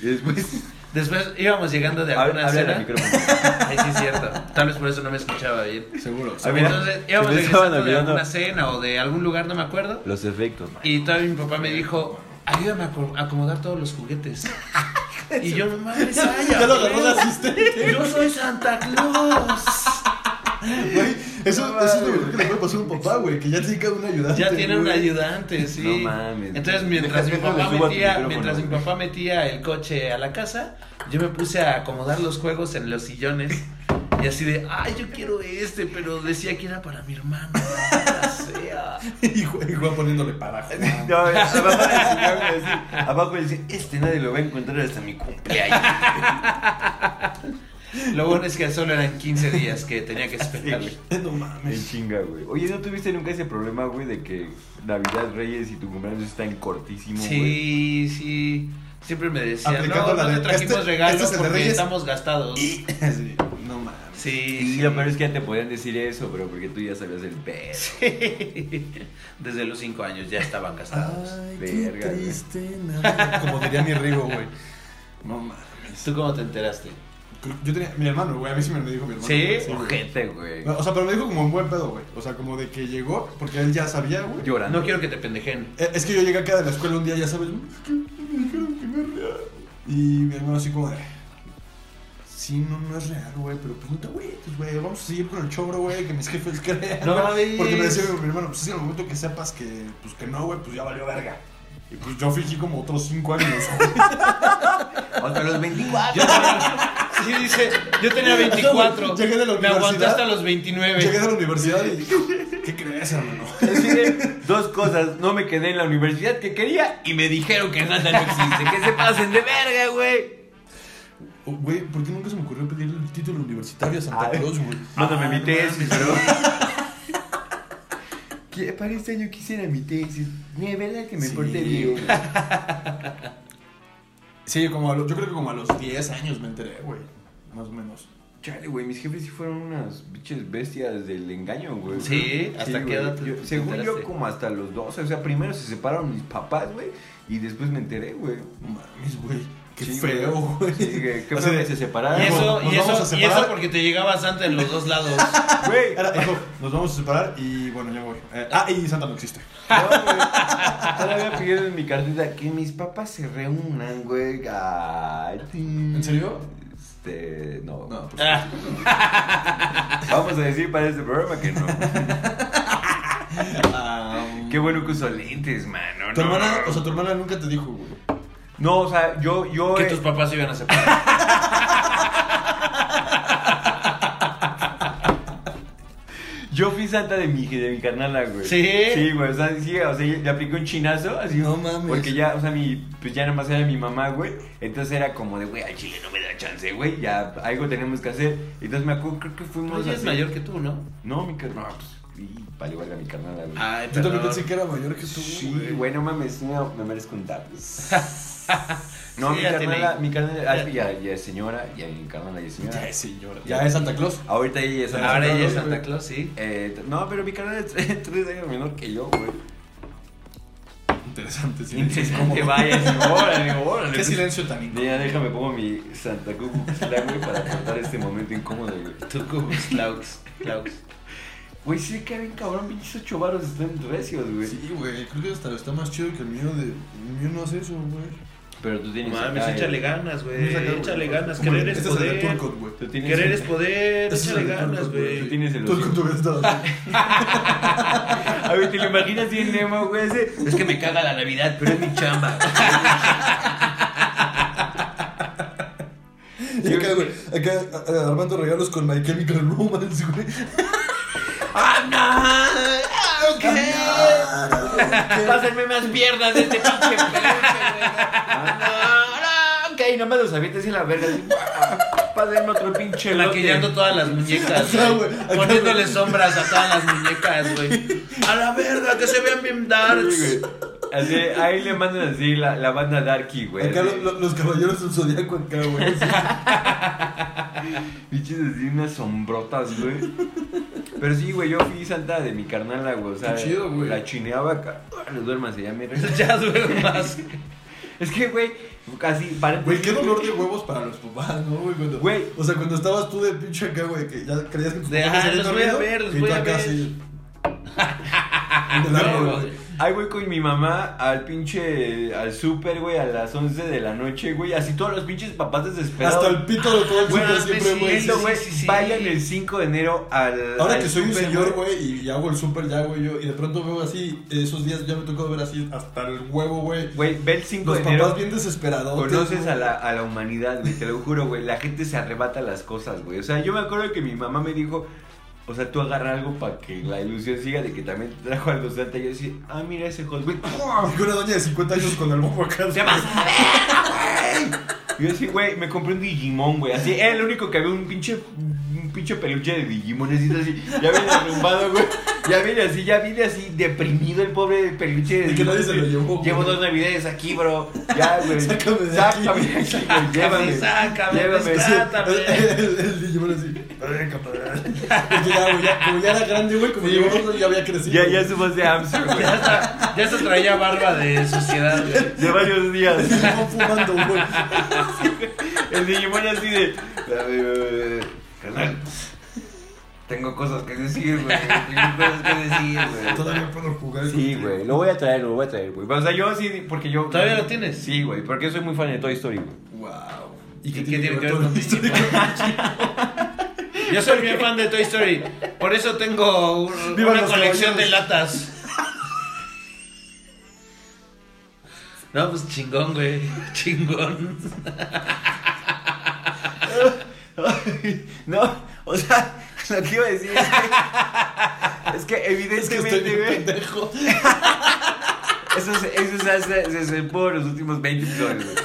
B: Y después.
D: Después íbamos llegando de
B: Habla
D: alguna
B: habla al
D: cena.
B: micrófono.
D: Ahí sí es cierto. Tal vez por eso no me escuchaba bien.
A: Seguro.
B: Ah, mira,
D: Entonces
B: se
D: íbamos
B: me estaban
D: llegando de
B: olvidando.
D: alguna cena o de algún lugar, no me acuerdo.
B: Los efectos, man.
D: Y todavía mi papá me dijo, ayúdame a acom- a acomodar todos los juguetes. Y yo, no mames, ay,
A: Ya lo agarró
D: güey.
A: de asistente.
D: Yo soy Santa Claus.
A: Güey, eso, eso es lo mejor que le puede pasar a un papá, güey. Que ya tiene cada un ayudante.
D: Ya tiene un
A: güey.
D: ayudante, sí.
B: No mames.
D: Entonces, mientras,
B: Deja-
D: mi,
B: déjame subo
D: papá
B: a tu
D: metía,
B: micrófono,
D: mientras mi
B: güey.
D: papá metía el coche a la casa, yo me puse a acomodar los juegos en los sillones. Y así de, ay, yo quiero este, pero decía que era para mi hermano. maldita sea.
A: Y Juan y Juan poniéndole para Juan.
B: No, abajo del señor, güey, así. Abajo dice, este nadie lo va a encontrar hasta mi cumpleaños.
D: Lo bueno es que solo eran 15 días que tenía que esperarle.
A: No
B: En
A: mames.
B: chinga, güey. Oye, ¿no tuviste nunca ese problema, güey, de que Navidad, Reyes y tu cumpleaños están cortísimos, güey?
D: Sí, sí. Siempre me decía,
A: Aplicando
D: no,
A: la
D: no te
A: de,
D: trajimos
A: este-
D: regalos
A: este es el de
D: porque
A: Reyes".
D: estamos gastados.
A: Y- sí, No mames.
D: Sí,
B: Y
D: sí.
B: lo peor es que ya te podían decir eso, pero porque tú ya sabías el pedo.
D: Desde los 5 años ya estaban gastados.
B: Verga, güey.
A: nada. Como diría mi Rigo, güey. No mames.
D: ¿Tú cómo te enteraste?
A: Yo tenía. Mi hermano, güey. A mí sí me lo dijo mi hermano.
D: ¿Sí?
A: güey, güey.
B: Ojete, güey.
A: No, o sea, pero me dijo como un buen pedo, güey. O sea, como de que llegó, porque él ya sabía, güey.
B: Llorando.
D: No quiero que te pendejen.
A: Eh, Es que yo llegué acá de la escuela un día, ya sabes, "Es que me dijeron que no es real. Y mi hermano así como de, sí, no, no es real, güey, pero pues no te agüites, güey, vamos a seguir con el chobro, güey, que mis jefes crean.
D: No
A: güey".
D: mames.
A: Porque me decía mi hermano, pues sí, en el momento que sepas que, pues, que no, güey, pues ya valió verga. Y pues yo fingí como otros cinco años, güey.
B: Hasta los 24.
D: Yo sí, dice, yo tenía 24.
A: Llegué de la
D: me aguanté
A: universidad.
D: hasta los
A: Llegué
D: 29.
A: de la universidad y dije, ¿qué crees, hermano?
B: Es que dos cosas, no me quedé en la universidad que quería y me dijeron que Santa no existe, que se pasen de verga, güey.
A: Oh, Güey, ¿por qué nunca se me ocurrió pedirle el título universitario a Santa
B: Ay.
A: Claus, güey?
B: Mándame mi
D: no
B: tesis, pero. Que Para este año quisiera mi tesis. De verdad que me
A: Sí.
B: porté bien.
A: Sí, como a los- yo creo que como a los 10 años me enteré, güey, más o menos.
B: Chale, güey, mis jefes sí fueron unas biches bestias del engaño, güey.
D: Sí, ¿hasta qué
B: güey.
D: edad te-
B: Yo-
D: te
B: según yo,
D: enteraste?
B: como hasta los 12. O sea, primero se separaron mis papás, güey, y después me enteré, güey.
A: No Mames, güey. Qué
B: Sí, güey.
A: feo, güey.
B: Sí, güey, qué
A: O
B: feo
A: sea,
B: que se separaron.
D: Y eso,
A: Ah, Nos
D: y
A: vamos a
D: eso, y
A: separar.
D: eso porque te llegabas antes en los dos lados.
B: Güey,
A: Era, dijo, nos vamos a separar y bueno, ya voy. Eh, ah, y Santa no existe.
B: No, güey. Todavía pidieron en mi cartita que mis papás se reúnan, güey. Ay, ¿En
A: serio?
B: Este, no.
A: No, pues,
D: Ah,
B: Vamos a decir para este programa que no.
A: ah,
B: Qué bueno que uso lentes, mano.
A: Tu
B: no.
A: hermana, o sea, tu hermana nunca te dijo, güey.
B: No, o sea, yo, yo.
D: que
B: eh,
D: tus papás se iban a separar.
B: Yo fui santa de mi, de mi carnala, güey.
D: ¿Sí?
B: Sí, güey. O sea, sí, o sea, le apliqué un chinazo así.
A: No mames.
B: Porque ya, o sea, mi, pues ya nada más era mi mamá, güey. Entonces era como de, güey, al chile no me da chance, güey. Ya algo tenemos que hacer. Entonces me acuerdo, creo que fuimos.
D: Ella es
B: así-
D: mayor que tú, ¿no?
B: No, mi carnala. No, pues, y vale, igual a mi carnala, güey.
D: Ay,
A: Yo también
D: perdón.
A: pensé que era mayor que tú.
B: Sí, güey, no mames, no, me merezco un tap. No,
D: Sí,
B: mi
D: ya tiene-
B: carnala, mi carnala, ah, ya, ya es señora, ya mi carnala ya es señora.
A: Ya es señora. Ya es Santa Claus.
B: Ahorita ella es
D: Ahora ella es
A: Claus,
D: Santa
A: güey.
D: Claus, sí.
B: Eh, t- no, pero mi carnal es tres, tres años menor que yo, güey.
A: Interesante, sí.
B: Como que vaya, sí, órale, órale.
A: Qué silencio tan incómodo.
B: Pues, Ya, déjame pongo mi Santa Cucuxla, güey, para cortar este momento incómodo, güey.
D: Tú como Klaus. Klaus.
B: Güey, sí que bien cabrón, pinches ocho varos están recios, güey.
A: Sí, güey, creo que hasta está más chido que el mío de... El mío no hace eso, güey.
B: Pero tú tienes...
D: Mames,
B: acá,
D: échale
B: eh,
D: ganas, güey.
A: Vamos a sacar, güey.
D: Échale ganas.
A: Como
D: Querer
A: el-
D: es
A: este es el de
D: poder.
A: Turcot, güey.
B: Tú tienes...
D: Querer es poder.
A: Este es el
D: Échale
A: de
D: ganas,
A: Turcot,
B: Tú
D: güey.
B: tienes el
A: Turcot,
B: hocico.
A: tú ves todo.
B: A ver, ¿te lo imaginas bien, Nemo, güey? Ese? Es que me caga la Navidad, pero es mi chamba.
A: Y acá, güey, acá eh, armando regalos con My Chemical Romance, güey.
B: ¡Ah, no!
D: Pásenme más piernas de este pinche
B: Ah, no, ok, no me los avientes en la verga. así, Pásenme otro pinche lote.
D: Maquillando todas las muñecas.
A: Ajá,
D: Ah, güey.
A: güey. Acá,
D: Poniéndole
A: güey.
D: sombras a todas las muñecas, güey. A la verga, que se vean bien darks.
B: Sí, güey. Así, ahí le mandan así la, la banda Darky, güey.
A: Acá lo-
B: así.
A: lo- los caballeros del zodiaco acá, güey. Sí.
B: Pinches así unas sombrotas, güey. Pero sí, güey, yo fui santa de mi carnal, güey. O sea,
A: Qué chido, güey.
B: la chineaba acá. Los duérmanse ya, me
D: Ya duermas.
B: Es que, güey, casi para.
A: Güey, qué dolor de huevos para los papás, ¿no, güey? Cuando-
B: Güey.
A: O sea, cuando estabas tú de pinche acá, güey, que ya creías que tus
D: De,
A: papás
D: ah,
A: habían
D: los voy a
A: dormido,
D: ver, los
A: y
D: voy
A: tú
D: a
A: acá
D: ver.
A: así. Del árbol,
D: No,
A: güey.
D: güey.
B: Ahí voy con mi mamá al pinche. al súper, güey, a las 11 de la noche, güey. Así todos los pinches papás desesperados.
A: Hasta el pito de todo el
D: Güey,
A: mundo
D: hazme
A: siempre, güey.
D: silencio,
B: Eso, güey,
D: sí, sí, sí.
B: vayan el 5 de enero al.
A: Ahora
B: al
A: que soy un
B: súper,
A: señor, güey, y hago el súper ya, güey, yo, y de pronto veo así, esos días ya me tocó ver así hasta el huevo, güey.
B: Güey, ve el 5 de
A: Los
B: enero.
A: papás bien desesperados.
B: Conoces a la, a la humanidad, güey, te lo juro, güey. La gente se arrebata las cosas, güey. O sea, yo me acuerdo que mi mamá me dijo, o sea, tú agarra algo para que la ilusión siga de que también te trajo algo santa. Y yo decía, ah, mira ese hot, güey.
A: Y con una doña de 50 años con el moco acá.
B: ¡Se va a ver, güey! Y yo así, güey, me compré un Digimon, güey. Así, era el único que había un pinche, un pinche peluche de Digimon. Así, así, ya viene arrumbado, güey. Ya viene así, ya viene así, deprimido el pobre peluche de
A: Y que nadie
B: Digimon,
A: se lo
B: güey.
A: llevó, güey.
B: Llevo dos navidades aquí, bro. Ya, güey.
A: Sácame de aquí.
B: Sácame de aquí, güey. Llévame.
D: sácame,
B: Llévame.
D: pues,
A: El,
D: Trátame.
A: el, el Digimon así. "Ven, cabrón". Porque ya, güey, ya, como ya era grande, güey, como llevamos, ya había crecido.
B: Ya, ya su voz de Amsterdam, güey.
D: Ya hasta- Ya se traía barba de sociedad, güey.
B: De varios días.
A: Digimon fumando, güey.
B: El Digimon así de. Carnal, Tengo cosas que decir, güey. Tengo cosas que decir, güey.
A: Todavía puedo jugar.
B: Sí, güey, lo voy a traer, lo voy a traer, güey. O sea, yo sí, porque yo.
D: ¿Todavía lo tienes?
B: Sí, güey, porque soy muy fan de Toy Story, güey.
A: Wow.
D: ¿Y qué tiene que ver
A: todo
D: con
A: esto?
D: Yo soy bien fan de Toy Story. Por eso tengo un-
A: Vivan
D: una
A: los
D: colección
A: caballeros.
D: de latas. No, pues chingón, güey. Chingón.
B: No, o sea, lo que iba a decir es que. Es que
A: Es que estoy
B: evidentemente,
A: bien
B: güey.
A: pendejo.
B: Eso, se- eso se hace se sepó en los últimos 20 episodios, güey.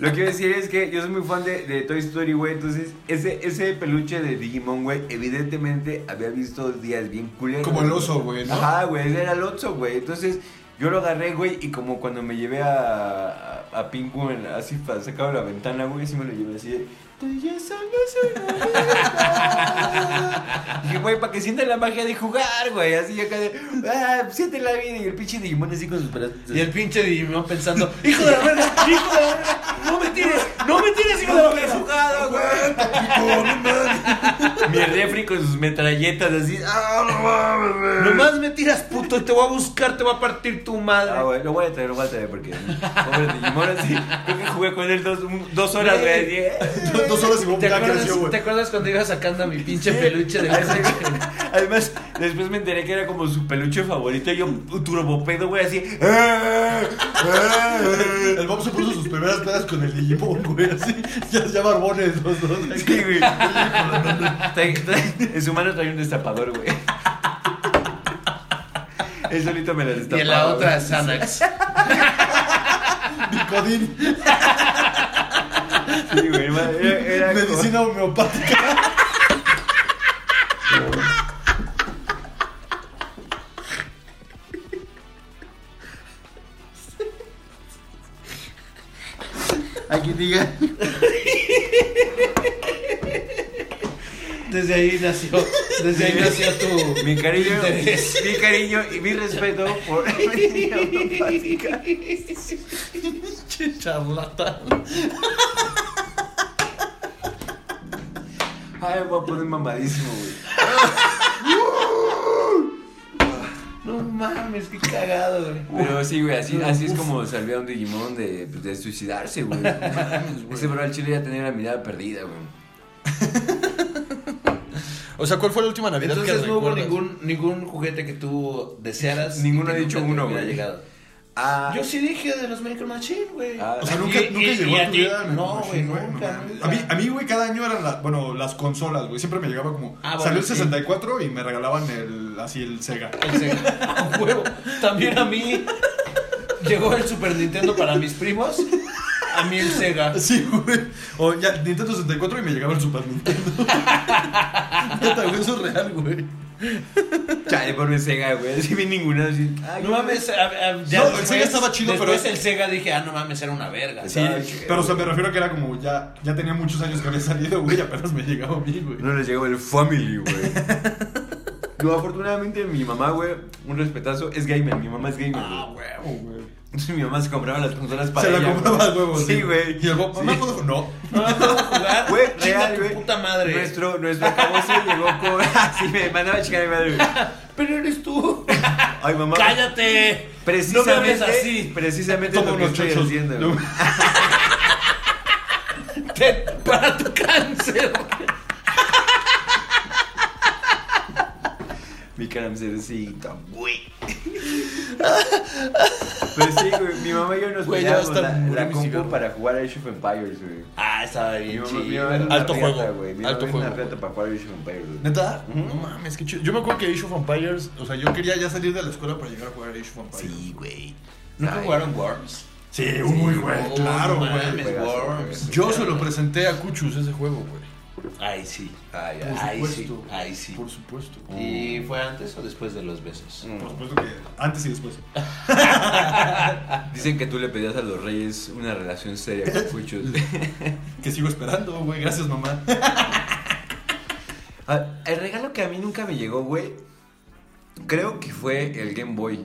B: Lo que iba a decir es que yo soy muy fan de, de Toy Story, güey. Entonces, ese, ese peluche de Digimon, güey, evidentemente había visto días bien culeros.
A: Como el oso, güey, ¿no?
B: Ajá, güey, ese era el oso, güey. Entonces, yo lo agarré, güey, y como cuando me llevé a, a, a Pingu en- así para sacar la ventana, güey, así me lo llevé así de... "Tú ya sabes una vida". Dije, güey, para que sienta la magia de jugar, güey. Así acá de... Ah, siente la vida. Y el pinche Digimon así con sus brazos.
D: Y el pinche Digimon pensando, hijo de la verga, hijo de la verga, no me tires! ¡No me tires, hijo de la besugada, güey!
A: Aguanta, pico, no mames.
B: Mi refri con sus metralletas así. ¡ah!
A: Ah, no mames, güey.
D: Nomás me tiras, puto, y te voy a buscar, te voy a partir tu madre.
B: Ah, güey, lo voy a traer, lo voy a traer porque. Pobre Digimon, así. Creo que jugué con él dos, un- dos horas, güey. así, ¿eh?
A: Dos- Dos horas y
D: ¿Te
A: ya
D: acuerdas,
A: creció, güey.
D: ¿Te acuerdas cuando iba sacando a mi pinche peluche de
B: Así,
D: la
B: güey. Además, después me enteré que era como su peluche favorito. y Yo, un turbopedo, güey, así.
A: Eh, eh. El Bob se puso sus primeras claras con el Digimon, güey, así. Ya, ya barbones los dos.
B: Sí, güey. Trae- trae- en su mano trae un destapador, güey. Él solito me la
D: Y
B: destapaba.
D: en la otra,
B: güey.
D: Xanax.
A: Bicodin,
B: Sí, güey, era- era como-
A: medicina homeopática.
B: Aquí diga.
D: Desde ahí nació, desde ahí nació tu
B: Mi cariño,
D: interés.
B: mi cariño y mi respeto por.
D: Pinche charlatán.
B: Ay, voy a poner mamadísimo, güey.
D: No mames, qué cagado, güey.
B: Pero sí, güey, así, así es como salvé a un Digimon de, pues, de suicidarse, güey. Ese bro al chile ya tenía la mirada perdida, güey.
A: O sea, ¿cuál fue la última Navidad
D: Entonces no hubo
A: recuerdas?
D: ningún, ningún juguete que tú desearas.
B: Ninguno
D: y que
B: ha dicho
D: nunca te
B: uno,
D: hubiera
B: güey.
D: llegado.
B: Ah,
D: Yo sí dije de los Micro Machine, güey.
B: Ah,
A: O sea,
D: Y-
A: nunca,
D: y-
A: nunca
D: y-
A: llegó
D: y
A: a
D: ti.
A: tu vida, me
D: No, güey,
A: imagino,
D: nunca.
A: mames.
D: nunca.
A: A mí, a mí, güey, cada año eran la- bueno, las consolas, güey. Siempre me llegaba como.
D: Ah, bueno,
A: salió el
D: sí.
A: 64 y me regalaban el, así el Sega.
D: El Sega. A huevo. También a mí llegó el Super Nintendo para mis primos. A mí el Sega.
A: Sí, güey. O ya, Nintendo 64 y me llegaba el Super Nintendo. Neta, güey, eso es real, güey.
B: chale, pobre Sega, güey. Así vi ninguna, así. ay,
D: No mames, a- a- ya
A: No, el
D: después-
A: Sega estaba chido, pero-
D: después el Sega dije, ah, no mames, era una verga. Ah,
B: Sí.
A: Sí, pero o sea, me refiero a que era como ya, ya tenía muchos años que había salido, güey, y apenas me llegaba a mí, güey.
B: No les llegó el family, güey. No, afortunadamente mi mamá, güey, un respetazo, es gamer. Mi mamá es gamer,
D: Ah,
B: güey.
D: huevo.
A: Oh, güey.
B: Entonces mi mamá se compraba las consolas para
A: Se la
B: ella,
A: compraba al huevo,
B: Sí, güey.
A: Y el Bob,
B: Sí.
A: mamá, ¿puedo jugar?" No.
D: No, no puedo jugar.
B: Güey,
D: Chinga
B: real,
D: tu
B: güey.
D: puta madre.
B: Nuestro, nuestro caboce llegó con... Así me mandaba a chingar a mi madre, güey.
D: Pero eres tú.
B: Ay, mamá.
D: ¡Cállate!
B: Precisamente,
D: No me hables así.
B: Precisamente
A: Toma
B: lo que
A: unos
B: estoy
A: chochos.
B: haciendo,
A: No.
B: güey.
D: Te- para tu cáncer.
B: Mi caramecercita, güey. Pero sí, güey, mi mamá y yo nos
A: Güey, ya
B: peleábamos
A: hasta
B: la,
A: morí
B: la
A: mi
B: compu
A: cigarro.
B: para jugar a Age of Empires, güey.
D: Ah, estaba
B: Mi
D: bien
B: mamá- mi
D: chido.
B: mamá era una
A: Alto
B: reata,
A: juego,
B: güey. Mi
A: alto
B: mamá era una
A: juego.
B: reata para jugar a Age of Empires, güey.
A: ¿Neta?
B: Ujú.
A: No mames, qué chido. Yo me acuerdo que Age of Empires, o sea, yo quería ya salir de la escuela para llegar a jugar Age of Empires.
B: Sí, güey.
D: ¿Nunca
B: Ay,
D: jugaron Worms?
A: Sí, muy güey,
D: Oh,
A: claro,
D: mames,
A: güey.
B: Juegazo,
D: Worms.
B: güey.
A: Yo se lo presenté a Cuchus ese juego, güey.
D: Ay, sí.
B: Ay,
A: Por
B: ay.
D: Ahí
A: supuesto.
D: sí, ahí sí. Mm.
A: Por supuesto.
D: ¿Y fue antes o después de los besos?
A: Por supuesto que antes y después.
B: Dicen que tú le pedías a los reyes una relación seria con Fuchus.
A: Que sigo esperando, güey. Gracias, mamá.
B: Ah, el regalo que a mí nunca me llegó, güey, creo que fue el Game Boy.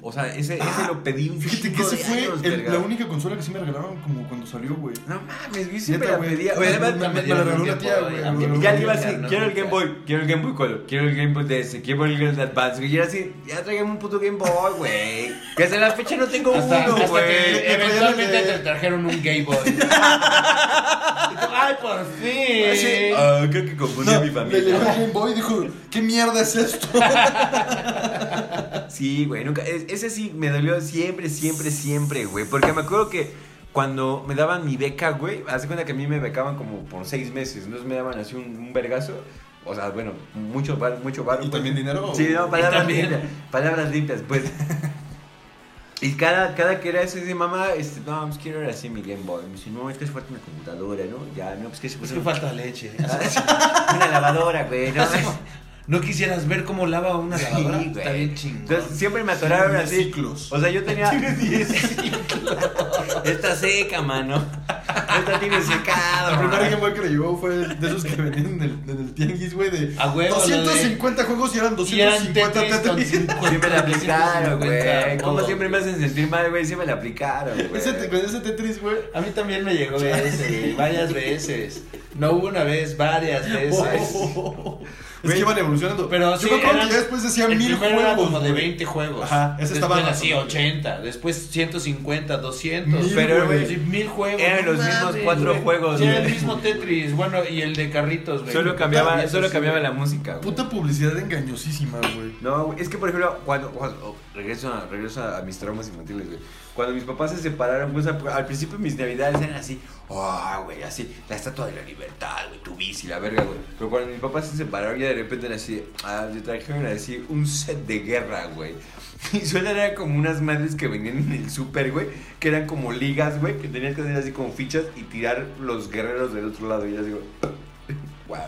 B: O sea, ese, ese lo pedí un
A: Ah, Fíjate que
B: chingo
A: esa
B: de
A: fue
B: años,
A: el-
B: verga.
A: la única consola que sí me regalaron como cuando salió, güey.
B: No mames, güey, siempre
A: Neta,
B: la
A: güey.
B: pedía. Güey, además,
A: Me- me-
B: también-
A: me la regaló una tía, güey.
D: A mí-
A: me-
B: Ya le iba
D: me
B: así,
D: regalaron
B: quiero el
D: un
B: Game Boy, quiero el Game Boy Color, quiero el Game Boy DS, quiero el Game Boy Advance, güey. Y era así, ya tráigame un puto Game Boy, güey. Que hasta la fecha no tengo
D: Hasta,
B: uno,
D: hasta
B: güey.
D: que eventualmente
A: Oye,
D: te
A: oye.
D: trajeron un Gay Boy. Y tú, Ay, por
B: Sí,
D: fin.
B: ah, creo que confundí a mi
A: le llegó el
B: familia.
A: Game Boy y dijo, ¿qué mierda es esto?
B: Sí, güey, nunca. es- Ese sí me dolió siempre, siempre, siempre, güey. Porque me acuerdo que cuando me daban mi beca, güey, hace cuenta que a mí me becaban como por seis meses. Entonces me daban así un, un vergazo. O sea, bueno, mucho bar, mucho bar.
A: ¿Y también dinero?
B: Sí, no, palabras
D: también.
B: limpias. Palabras limpias, pues. Y cada, cada que era eso, dice mamá, este, no, pues quiero era así mi Game Boy. Me dice, no, es que hace falta una computadora, ¿no? Ya, no, pues que se
D: Es
B: puso
D: que falta leche.
B: una lavadora, güey, no.
D: ¿No quisieras ver cómo lava una
B: Sí,
D: lavadora?
B: güey.
D: Está bien chingón.
B: Entonces siempre me atoraron
A: Tiene
B: así.
A: ciclos.
B: O sea, yo tenía. Está seca, mano. Esta tiene secado.
A: La primera
B: mano.
A: Game Boy que le llevó fue de esos que venían en el, en el tianguis, güey, de
D: A huevo, la de-
A: 250 juegos y eran
D: Y eran
A: 250
D: Tetris con
A: Tetris.
B: Sí me la aplicaron,
D: 350
B: güey. ¿Cómo
D: modos.
B: siempre me hacen sentir mal, güey? Sí me la aplicaron, güey.
A: Ese te- Con ese Tetris, güey.
D: A mí también me llegó ese, güey, varias veces. No hubo una vez, varias veces.
B: Oh.
A: Es que
B: Güey.
A: iban evolucionando.
D: Pero
A: Yo
D: sí,
A: me acuerdo
D: eran-
A: que ya después decían
D: el
A: mil
D: primero era
A: juegos.
D: como de
A: güey.
D: 20 juegos.
A: Ajá, ese estaba
D: Después
A: más
D: así,
A: o menos.
D: 80. Después 150, 200.
A: Mil,
D: pero,
A: güey.
D: güey, mil juegos.
B: Eran
D: no
B: los mismos
D: mames,
B: cuatro
D: güey.
B: juegos,
D: Sí, Era el
B: güey.
D: mismo Tetris. Bueno, y el de carritos, güey.
B: Solo
A: Puta,
B: cambiaba,
A: eso
B: solo
A: sí,
B: cambiaba
A: güey.
B: la música, güey.
A: Puta publicidad engañosísima, güey.
B: No, güey, es que por ejemplo, cuando, cuando- oh, regreso, a, regreso a mis traumas infantiles, güey. Cuando mis papás se separaron, pues al, al principio mis navidades eran así, ah, güey, así, la estatua de la libertad, güey, tu bici, la verga, güey. Pero cuando mis papás se separaron, ya de repente era así, ah, yo trajeron así un set de guerra, güey. Y suena era como unas madres que venían en el súper, güey, que eran como ligas, güey, que tenías que hacer así con fichas y tirar los guerreros del otro lado. Y yo digo, wow.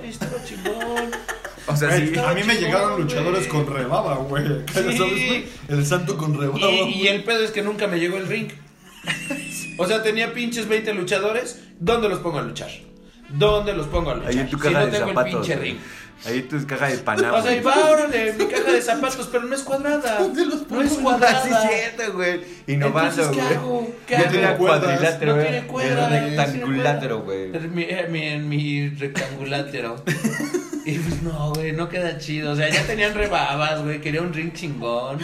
D: Estaba chingón.
B: O sea,
A: Güey,
B: sí.
A: a mí me
D: chingón,
A: llegaron luchadores
D: güey.
A: con rebaba, güey. Acá,
D: Sí.
A: ¿Sabes, güey? El santo con rebaba.
D: Y, y
A: güey.
D: el pedo es que nunca me llegó el ring. O sea, tenía pinches 20 luchadores. ¿Dónde los pongo a luchar? ¿Dónde los pongo a luchar?
B: Ahí en tu
D: Si
B: caja
D: no
B: de
D: tengo el
B: zapatos.
D: pinche
B: güey. Ah,
D: ring.
B: Ahí en tu caja de panamá.
D: O sea, y va, órale, mi caja de zapatos, pero no es cuadrada.
A: ¿Dónde los
D: no
A: pongo?
D: es cuadrada.
B: Ah, Sí, es cierto, güey. Innovando,
D: Entonces,
B: güey.
D: ¿qué hago? ¿Qué
B: Yo
D: hago?
B: tenía
A: No cuerdas,
B: cuadrilátero, eh.
D: no
B: güey.
D: tiene
B: Yo
D: cuerdas,
B: rectangulátero,
D: no
B: güey.
D: En mi, en mi- en mi rectangulátero. Y pues no, güey, no queda chido. O sea, ya tenían rebabas, güey. Quería un ring chingón.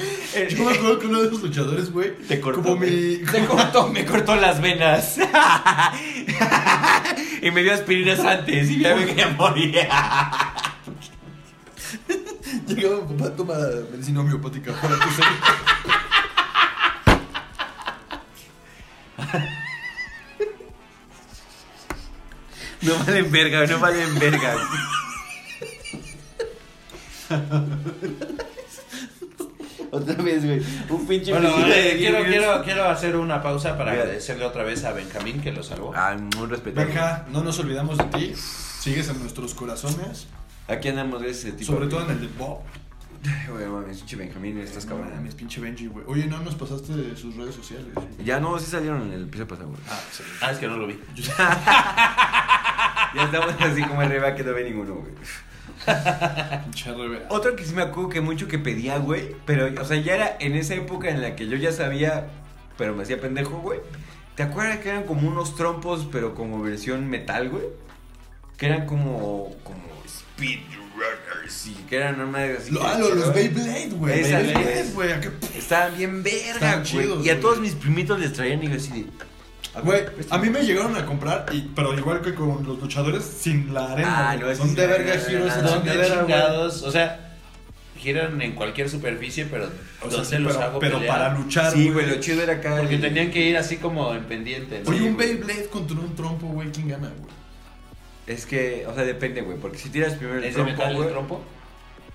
A: Yo me acuerdo que uno de los luchadores, güey,
B: Te cortó,
A: como mi...
B: güey. Me cortó, me cortó las venas. y me dio aspirinas antes y ya me quería morir.
A: Llegaba mi papá, toma medicina homeopática para tu salud.
B: No valen verga, no valen verga. Otra vez, güey. Un pinche
D: Bueno,
B: misil
D: eh,
B: de
D: quiero,
B: virus.
D: quiero, quiero hacer una pausa para
B: Mira.
D: agradecerle otra vez a Benjamín que lo salvó.
A: Ah.
B: Ay, Ah, muy respetable.
A: Benja, no nos olvidamos de ti. Sigues en nuestros corazones,
B: Aquí andamos, gracias a ese tipo.
A: sobre todo en el de Bob.
B: Ay, güey, mames, pinche Benjamín, estás cabrón.
A: Mames, pinche Benji, güey. Oye, no nos pasaste de sus redes sociales.
B: Ya no, sí salieron en el episodio pasado, güey.
A: Ah, sí.
D: Ah, es que no lo vi.
B: Ya estamos así como arriba que no ve ninguno, güey.
A: Pinche RBA.
B: Otro que sí me acuerdo que mucho que pedía, güey. Pero, o sea, ya era en esa época en la que yo ya sabía, pero me hacía pendejo, güey. ¿Te acuerdas que eran como unos trompos, pero como versión metal, güey? Que eran como. como speedrunners y que eran una madre así.
A: Lo-
B: que-
A: ah, lo- los Beyblade, güey.
B: Esa
A: Beyblade,
B: es.
A: güey. ¿a qué p-
B: Estaban bien verga,
A: Estaban
B: güey.
A: chidos,
B: Y a
A: güey.
B: todos mis primitos les traían y yo así de.
A: Ah, Güey, a mí me llegaron a comprar, y- pero igual que con los luchadores, sin la arena.
B: Ah,
A: güey.
B: no, es
A: Son
B: sin
A: Ah, de
B: la
A: verga
B: arena,
A: giros
B: esa
A: en
D: ¿Dónde
A: chingadera, güey.
D: chingados? O sea, giran en cualquier superficie, pero
A: O sea,
D: ¿dónde
A: sí,
D: los
A: pero-
D: hago
A: pero
D: pelear?
A: para luchar.
B: Sí, güey, lo chido era acá.
D: Porque
B: el-
D: tenían que ir así como en pendiente. ¿no?
A: Oye, un
B: güey.
A: Beyblade contra un trompo, güey, ¿quién gana, güey?
B: Es que, o sea, depende, güey. Porque si tiras primero el
D: ¿Es de
B: trompo,
D: metal el
B: güey,
D: trompo?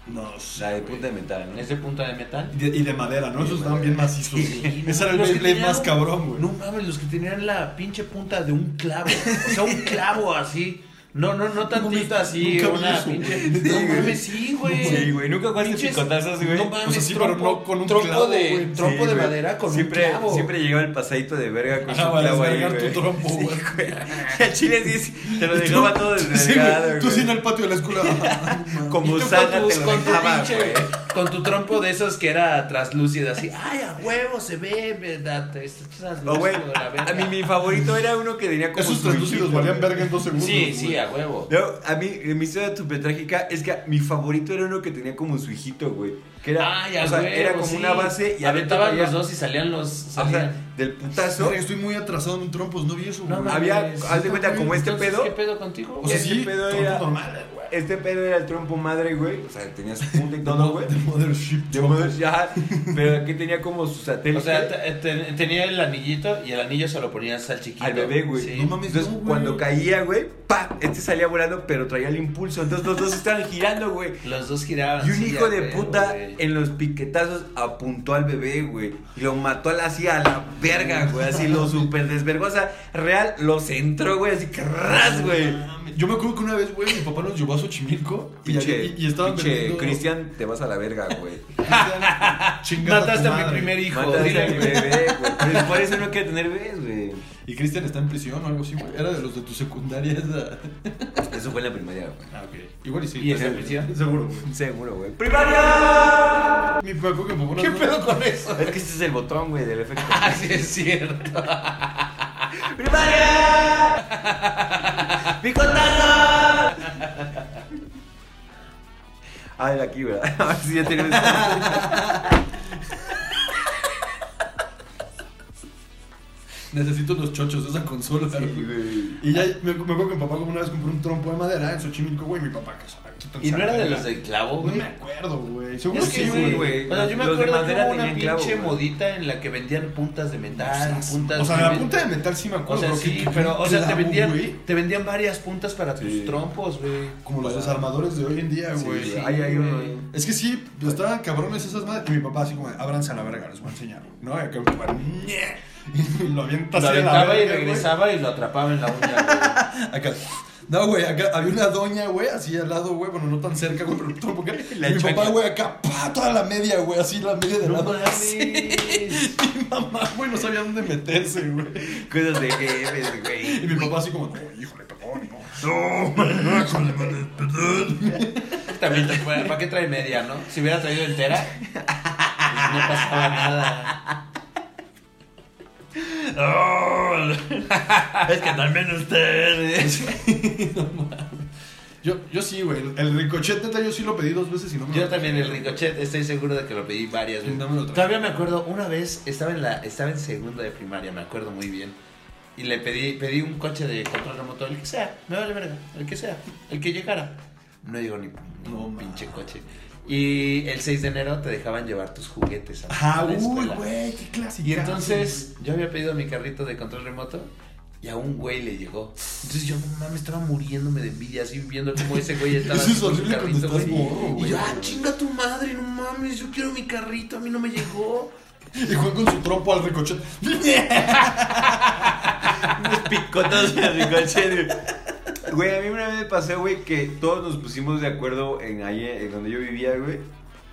A: No sé.
B: La de
A: güey.
B: punta de metal, ¿no?
D: ¿Es de punta de metal?
A: Pues, Y de, y de madera, ¿no? Esos estaban bien macizos.
D: Sí,
A: Ese era el
D: los que
A: Beyblade
D: tenían-
A: más cabrón, güey.
D: No mames, los que tenían la pinche punta de un clavo. O sea, un clavo así. No, no, no tantito así.
A: nunca vi
D: una
A: eso,
D: pinche.
A: güey.
D: No mames, sí, güey.
B: Sí, güey, nunca jugaste
D: Pinches-
B: picotazos, güey.
D: No mames,
A: O sea, sí,
D: trompo,
A: pero no con un
D: trompo
A: clavo,
D: de,
A: güey.
D: trompo
B: Sí,
D: de
B: güey.
D: madera con
B: siempre,
D: un clavo.
B: Siempre llegaba el pasadito de verga con
A: Ajá,
B: su
A: para
B: clavo ahí,
A: desvergar
B: güey.
A: tu trompo,
B: Sí,
A: güey.
B: güey. El chile sí, sí, te lo dejaba todo
A: Sí,
B: desvergado,
A: güey. Tú
B: güey.
A: sí en el patio de la escuela.
B: Como
D: Y tú
B: saga
D: con,
B: te
D: tus-
B: lo
D: con tu
B: dejaba,
D: pinche-
B: güey.
D: con tu trompo de esos que era traslúcido, así, ay, a huevo, se ve, verdad, es traslúcido,
B: O, güey,
D: la verga".
B: a mí mi favorito era uno que tenía como
A: Esos
B: su
A: translúcidos
B: hijito,
A: valían
B: güey.
A: verga en dos segundos.
D: Sí, sí,
A: güey.
D: a huevo.
B: No, a mí, eh, mi historia súper trágica es que mi favorito era uno que tenía como su hijito, güey. Que era,
D: Ay, a
B: o sea,
D: huevo,
B: era como
D: sí.
B: una base y adentro
D: aventaban
B: traía-
D: los dos y salían los
B: O
D: salían.
B: sea, del putazo
A: Verga, Estoy muy atrasado en trompos, no vi eso, güey.
D: No, mames.
B: había, haz de cuenta, como este
D: Entonces,
B: pedo,
D: ¿Qué pedo contigo?
A: O sea,
B: Este
A: sí,
B: pedo
A: trompos
B: era-
A: normales, güey.
B: este pedo era el trompo madre, güey. O sea, tenía su punta y todo, güey.
A: The Mothership.
B: Yo me decía, pero aquí tenía como su satélite.
D: O sea, te- te- tenía el anillito y el anillo se lo ponías al chiquito.
B: al bebé, güey.
D: Sí.
A: No mames,
B: Entonces,
A: no, güey.
B: cuando caía, güey, pa, este salía volando, pero traía el impulso. Entonces, los dos estaban girando, güey.
D: Los dos giraban.
A: Ah,
B: Y un
D: sí,
B: hijo
D: a
B: de
D: huevo,
B: puta
D: güey. güey.
B: en los piquetazos apuntó al bebé, güey. Y lo mató al- así a la verga, güey. Así lo super desvergó. O sea, real, lo centró, güey. Así que ras, güey.
A: Yo me acuerdo que una vez, güey, mi papá nos llevó a Xochimilco y,
B: Pinche,
A: y, y estaban
B: pinche
A: vendiendo-
B: Cristian, te vas a la verga, güey.
A: Cristian, chingas a tu
D: Mataste a mi
A: madre.
D: primer hijo.
B: Mataste a mi
D: dile, güey.
B: bebé, güey. Pero Por eso no quiero tener bebés, güey.
A: Y Cristian está en prisión o algo así, güey. Era de los de tu secundaria. esa.
B: Eso fue en la primaria, güey.
A: Ah, ok. Igual y sí.
D: ¿Y
A: está
D: está en prisión?
A: Seguro, güey.
B: Seguro, güey. ¡Primaria!
A: Mi papá que me
D: ¿Qué pedo con eso?
B: Es que este es el botón, güey, del efecto.
D: Ah, sí, es cierto.
B: ¡Primaria! ¡Picotazo! Ah, era aquí, ¿verdad? A ver si ya tenemos.
A: Necesito los chochos de esa consola. güey. Y ya me, me acuerdo que mi papá como una vez compró un trompo de madera en Xochimilco, güey, mi papá que sabe, quita en
D: ¿Y no era de
A: Saavedra.
D: los del clavo,
A: No
D: güey?
A: me acuerdo, güey. Seguro
D: Es
A: que
D: que
B: sí,
A: sí,
D: sí,
A: güey.
D: güey. O sea, yo me
B: Los de
D: acuerdo que
B: madera
D: hubo una
B: tenían clavo,
D: pinche
B: güey.
D: modita en la que vendían puntas de metal,
A: O sea,
D: puntas
A: o sea, de la
D: men-
A: punta de metal sí me
D: O
A: acuerdo.
D: sea,
A: que-
D: sí,
A: que-
D: pero, o sea, te
A: clavo,
D: vendían,
A: güey.
D: te vendían varias puntas para tus
B: Sí.
D: trompos, güey.
A: Como los desarmadores de hoy en día,
B: Sí,
A: güey.
B: sí. Ahí hay uno,
D: güey.
A: Es que sí, estaban cabrones esas madres. Y mi papá así como, ábranse a la verga, les voy a enseñar. ¿No? Y acá mi papá, "Ñe". Y lo avienta
D: Lo
A: así a la
D: aventaba y
A: verga, güey.
D: regresaba y lo atrapaba en la uña,
A: Acá. No, güey, acá había una doña, güey, así al lado, güey, bueno, no tan cerca, güey, pero todo porque
B: La
A: mi
B: chancla.
A: papá, güey, acá, pa, toda la media, güey, así la media de
D: güey. No
A: lado.
D: mames.
A: Mi mamá, güey, no sabía dónde meterse, güey.
B: Cosas de jefes, güey.
A: Y mi papá así como, no, híjole, perdón, no.
B: No,
A: Híjole, madre, perdón.
D: También, te- bueno, ¿para qué trae media, no? Si hubiera traído entera, pues no pasaba nada.
B: es que también ustedes.
A: Yo, yo sí, güey, el, el ricochet, neta, yo sí lo pedí dos veces y no me
D: Yo también el ricochet, estoy seguro de que lo pedí varias veces.
A: No me lo traje.
D: Todavía me acuerdo, una vez estaba en la estaba en segundo de primaria, me acuerdo muy bien. Y le pedí pedí un coche de control remoto, el que sea, me vale verga, el que sea, el que llegara. No llegó ni, ni
A: No,
D: un
A: ma.
D: pinche coche. Y el 6 de enero te dejaban llevar tus juguetes a
A: Ajá,
D: a la
A: Ah, uy,
D: escuela.
A: güey, qué clásico.
D: Y entonces yo había pedido mi carrito de control remoto y a un güey le llegó. Entonces yo, no mames, estaba muriéndome de envidia así viendo cómo ese güey estaba
A: Eso es
D: así con su
A: horrible cuando estás morro,
D: Y
A: güey.
D: yo, ah, chinga tu madre, no mames, yo quiero mi carrito, a mí no me llegó.
A: Y Juan con su trompo al ricochet.
B: Unos picotas de ricochet, güey. Güey, a mí una vez me pasó, güey, que todos nos pusimos de acuerdo en ahí, eh, en donde yo vivía, güey.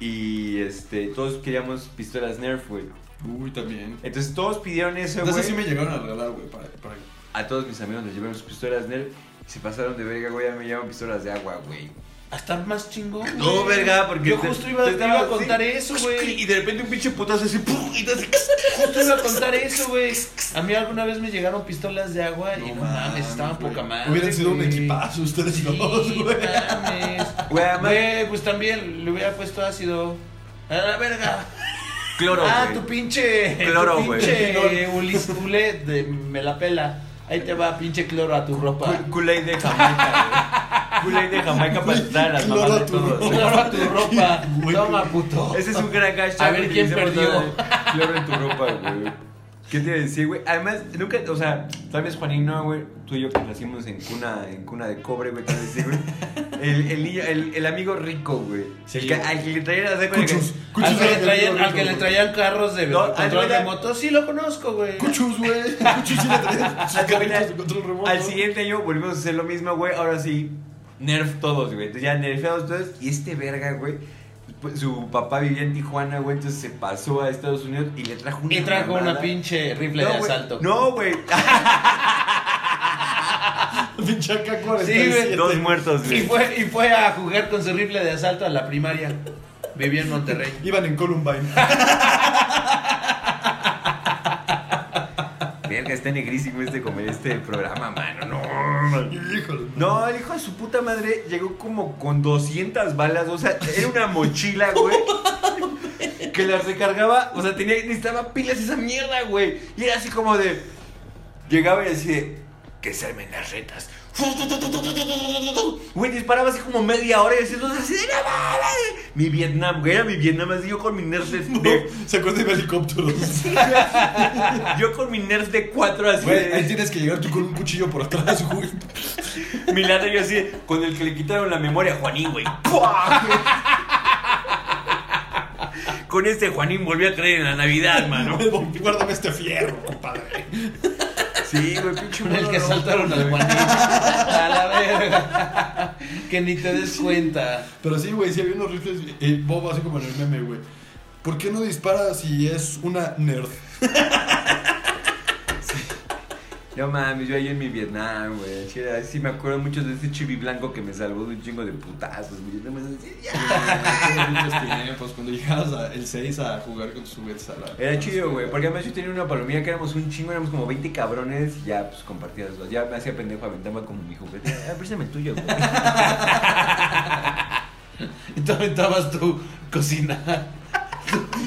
B: Y este, todos queríamos pistolas Nerf, güey.
A: Uy, también.
B: Entonces todos pidieron eso, güey.
A: Entonces sí me llegaron a regalar, güey, para, para...
B: A todos mis amigos les llevaron sus pistolas Nerf. y Se pasaron de verga, güey. A mí me llaman pistolas de agua, güey.
D: Hasta más chingón.
B: No,
D: güey.
B: verga, porque
D: Yo
B: te-
D: justo iba,
B: te
D: te
B: estaba
D: iba a contar
B: así.
D: eso, güey.
B: Y de repente un pinche putazo así, ¡pum! Y te hace-
D: Justo iba a contar eso, güey. A mí alguna vez me llegaron pistolas de agua y no mames, estaban
A: güey.
D: poca madre.
A: Hubieran sido un
D: güey.
A: equipazo ustedes
D: Sí,
A: dos,
D: no
A: güey.
D: mames.
B: Güey, además-
D: Güey, pues también le hubiera puesto ácido. A la verga.
B: Cloro,
D: ah,
B: güey.
D: tu pinche.
B: Cloro,
D: tu
B: güey.
D: pinche Ulis Ulet de me la pela. Ahí te va pinche cloro a tu ropa.
B: Kool- Kool-Aid de Jamaica, güey. Kool-Aid de Jamaica para entrar a las
A: Cloro
B: mamás de
A: a tu
B: todos.
D: Cloro a tu ropa.
A: Güey,
D: Toma, puto.
B: Ese es un gran hashtag.
D: A ver
B: que
D: quién
B: utilicemos
D: perdió.
B: todos. Cloro en tu ropa, güey. ¿Qué te decía, güey? Además, nunca, o sea, tal vez Juanín no, güey. Tú y yo que nacimos en cuna, en cuna de cobre, güey, tal vez sí, güey. El, el, niño- el, el amigo rico, güey.
D: Sí.
B: El que- al que le traía la con el que-
A: Cuchus. Cuchus
D: Al que,
A: era
D: le
A: el
D: traían,
A: amigo
D: al que le
A: rico,
D: traían carros de
B: No,
D: control
B: al-
D: remoto, sí lo conozco, güey.
A: Cuchus, güey. Cuchus sí le traía sus
B: Al que
A: carritos
B: final-
A: de control remoto.
B: Al siguiente año volvimos a hacer lo mismo, güey. Ahora sí, nerf todos, güey. Entonces ya nerfeados todos. Y este verga, güey. pues, Su papá vivía en Tijuana, güey. Entonces se pasó a Estados Unidos y le trajo una.
D: Y trajo una
B: mamada.
D: pinche rifle
B: No,
D: de
B: güey.
D: asalto.
B: No, güey.
A: Pinche AK-47.
D: Sí, güey.
B: Dos muertos,
D: Y
B: güey.
D: fue, y fue a jugar con su rifle de asalto a la primaria. Vivía en Monterrey.
A: Iban en Columbine.
B: Verga, está negrísimo este comer este programa, mano. No.
A: Híjole.
B: No, el hijo de su puta madre llegó como con 200 balas, o sea, era una mochila, güey. que las recargaba, o sea, tenía, necesitaba pilas esa mierda, güey. Y era así como de... Llegaba y así de... Que se armen las retas. Güey, disparaba así como media hora y así, entonces así de... "No mames". Mi Vietnam, güey, era mi Vietnam, así yo con mi nerf de... de-
A: No, se acuerda de helicópteros.
B: yo con mi nerf de 4 así
A: Güey,
B: de-
A: ahí tienes que llegar tú con un cuchillo por atrás, güey.
B: Mi lata yo así, con el que le quitaron la memoria a Juanín, güey. ¡Pua! Con este Juanín volví a creer en la Navidad, mano.
A: Guárdame este fierro, compadre.
B: Sí, güey, pinche
D: Con el
B: mono
D: que
B: loco,
D: saltaron al
B: güey.
D: Juanín. A la verga. Que ni te des cuenta.
A: Pero sí, güey, si había unos rifles eh, bobo, así como en el meme, güey. ¿Por qué no dispara si es una nerd?
B: No mames, yo ahí en mi Vietnam, güey. Sí, era- sí me acuerdo mucho de ese chibi blanco que me salvó de un chingo de putazos, güey. No mames, sí, ya.
A: tiempos, cuando llegabas a- el 6 a jugar con tus juguetes a la.
B: Era chido, güey, porque además yo tenía una palomilla que éramos un chingo, éramos como 20 cabrones y ya, pues, compartía los dos. Ya me hacía pendejo, aventaba como mi juguete. Ah, préstame el tuyo, güey.
D: Y tú aventabas tu cocina.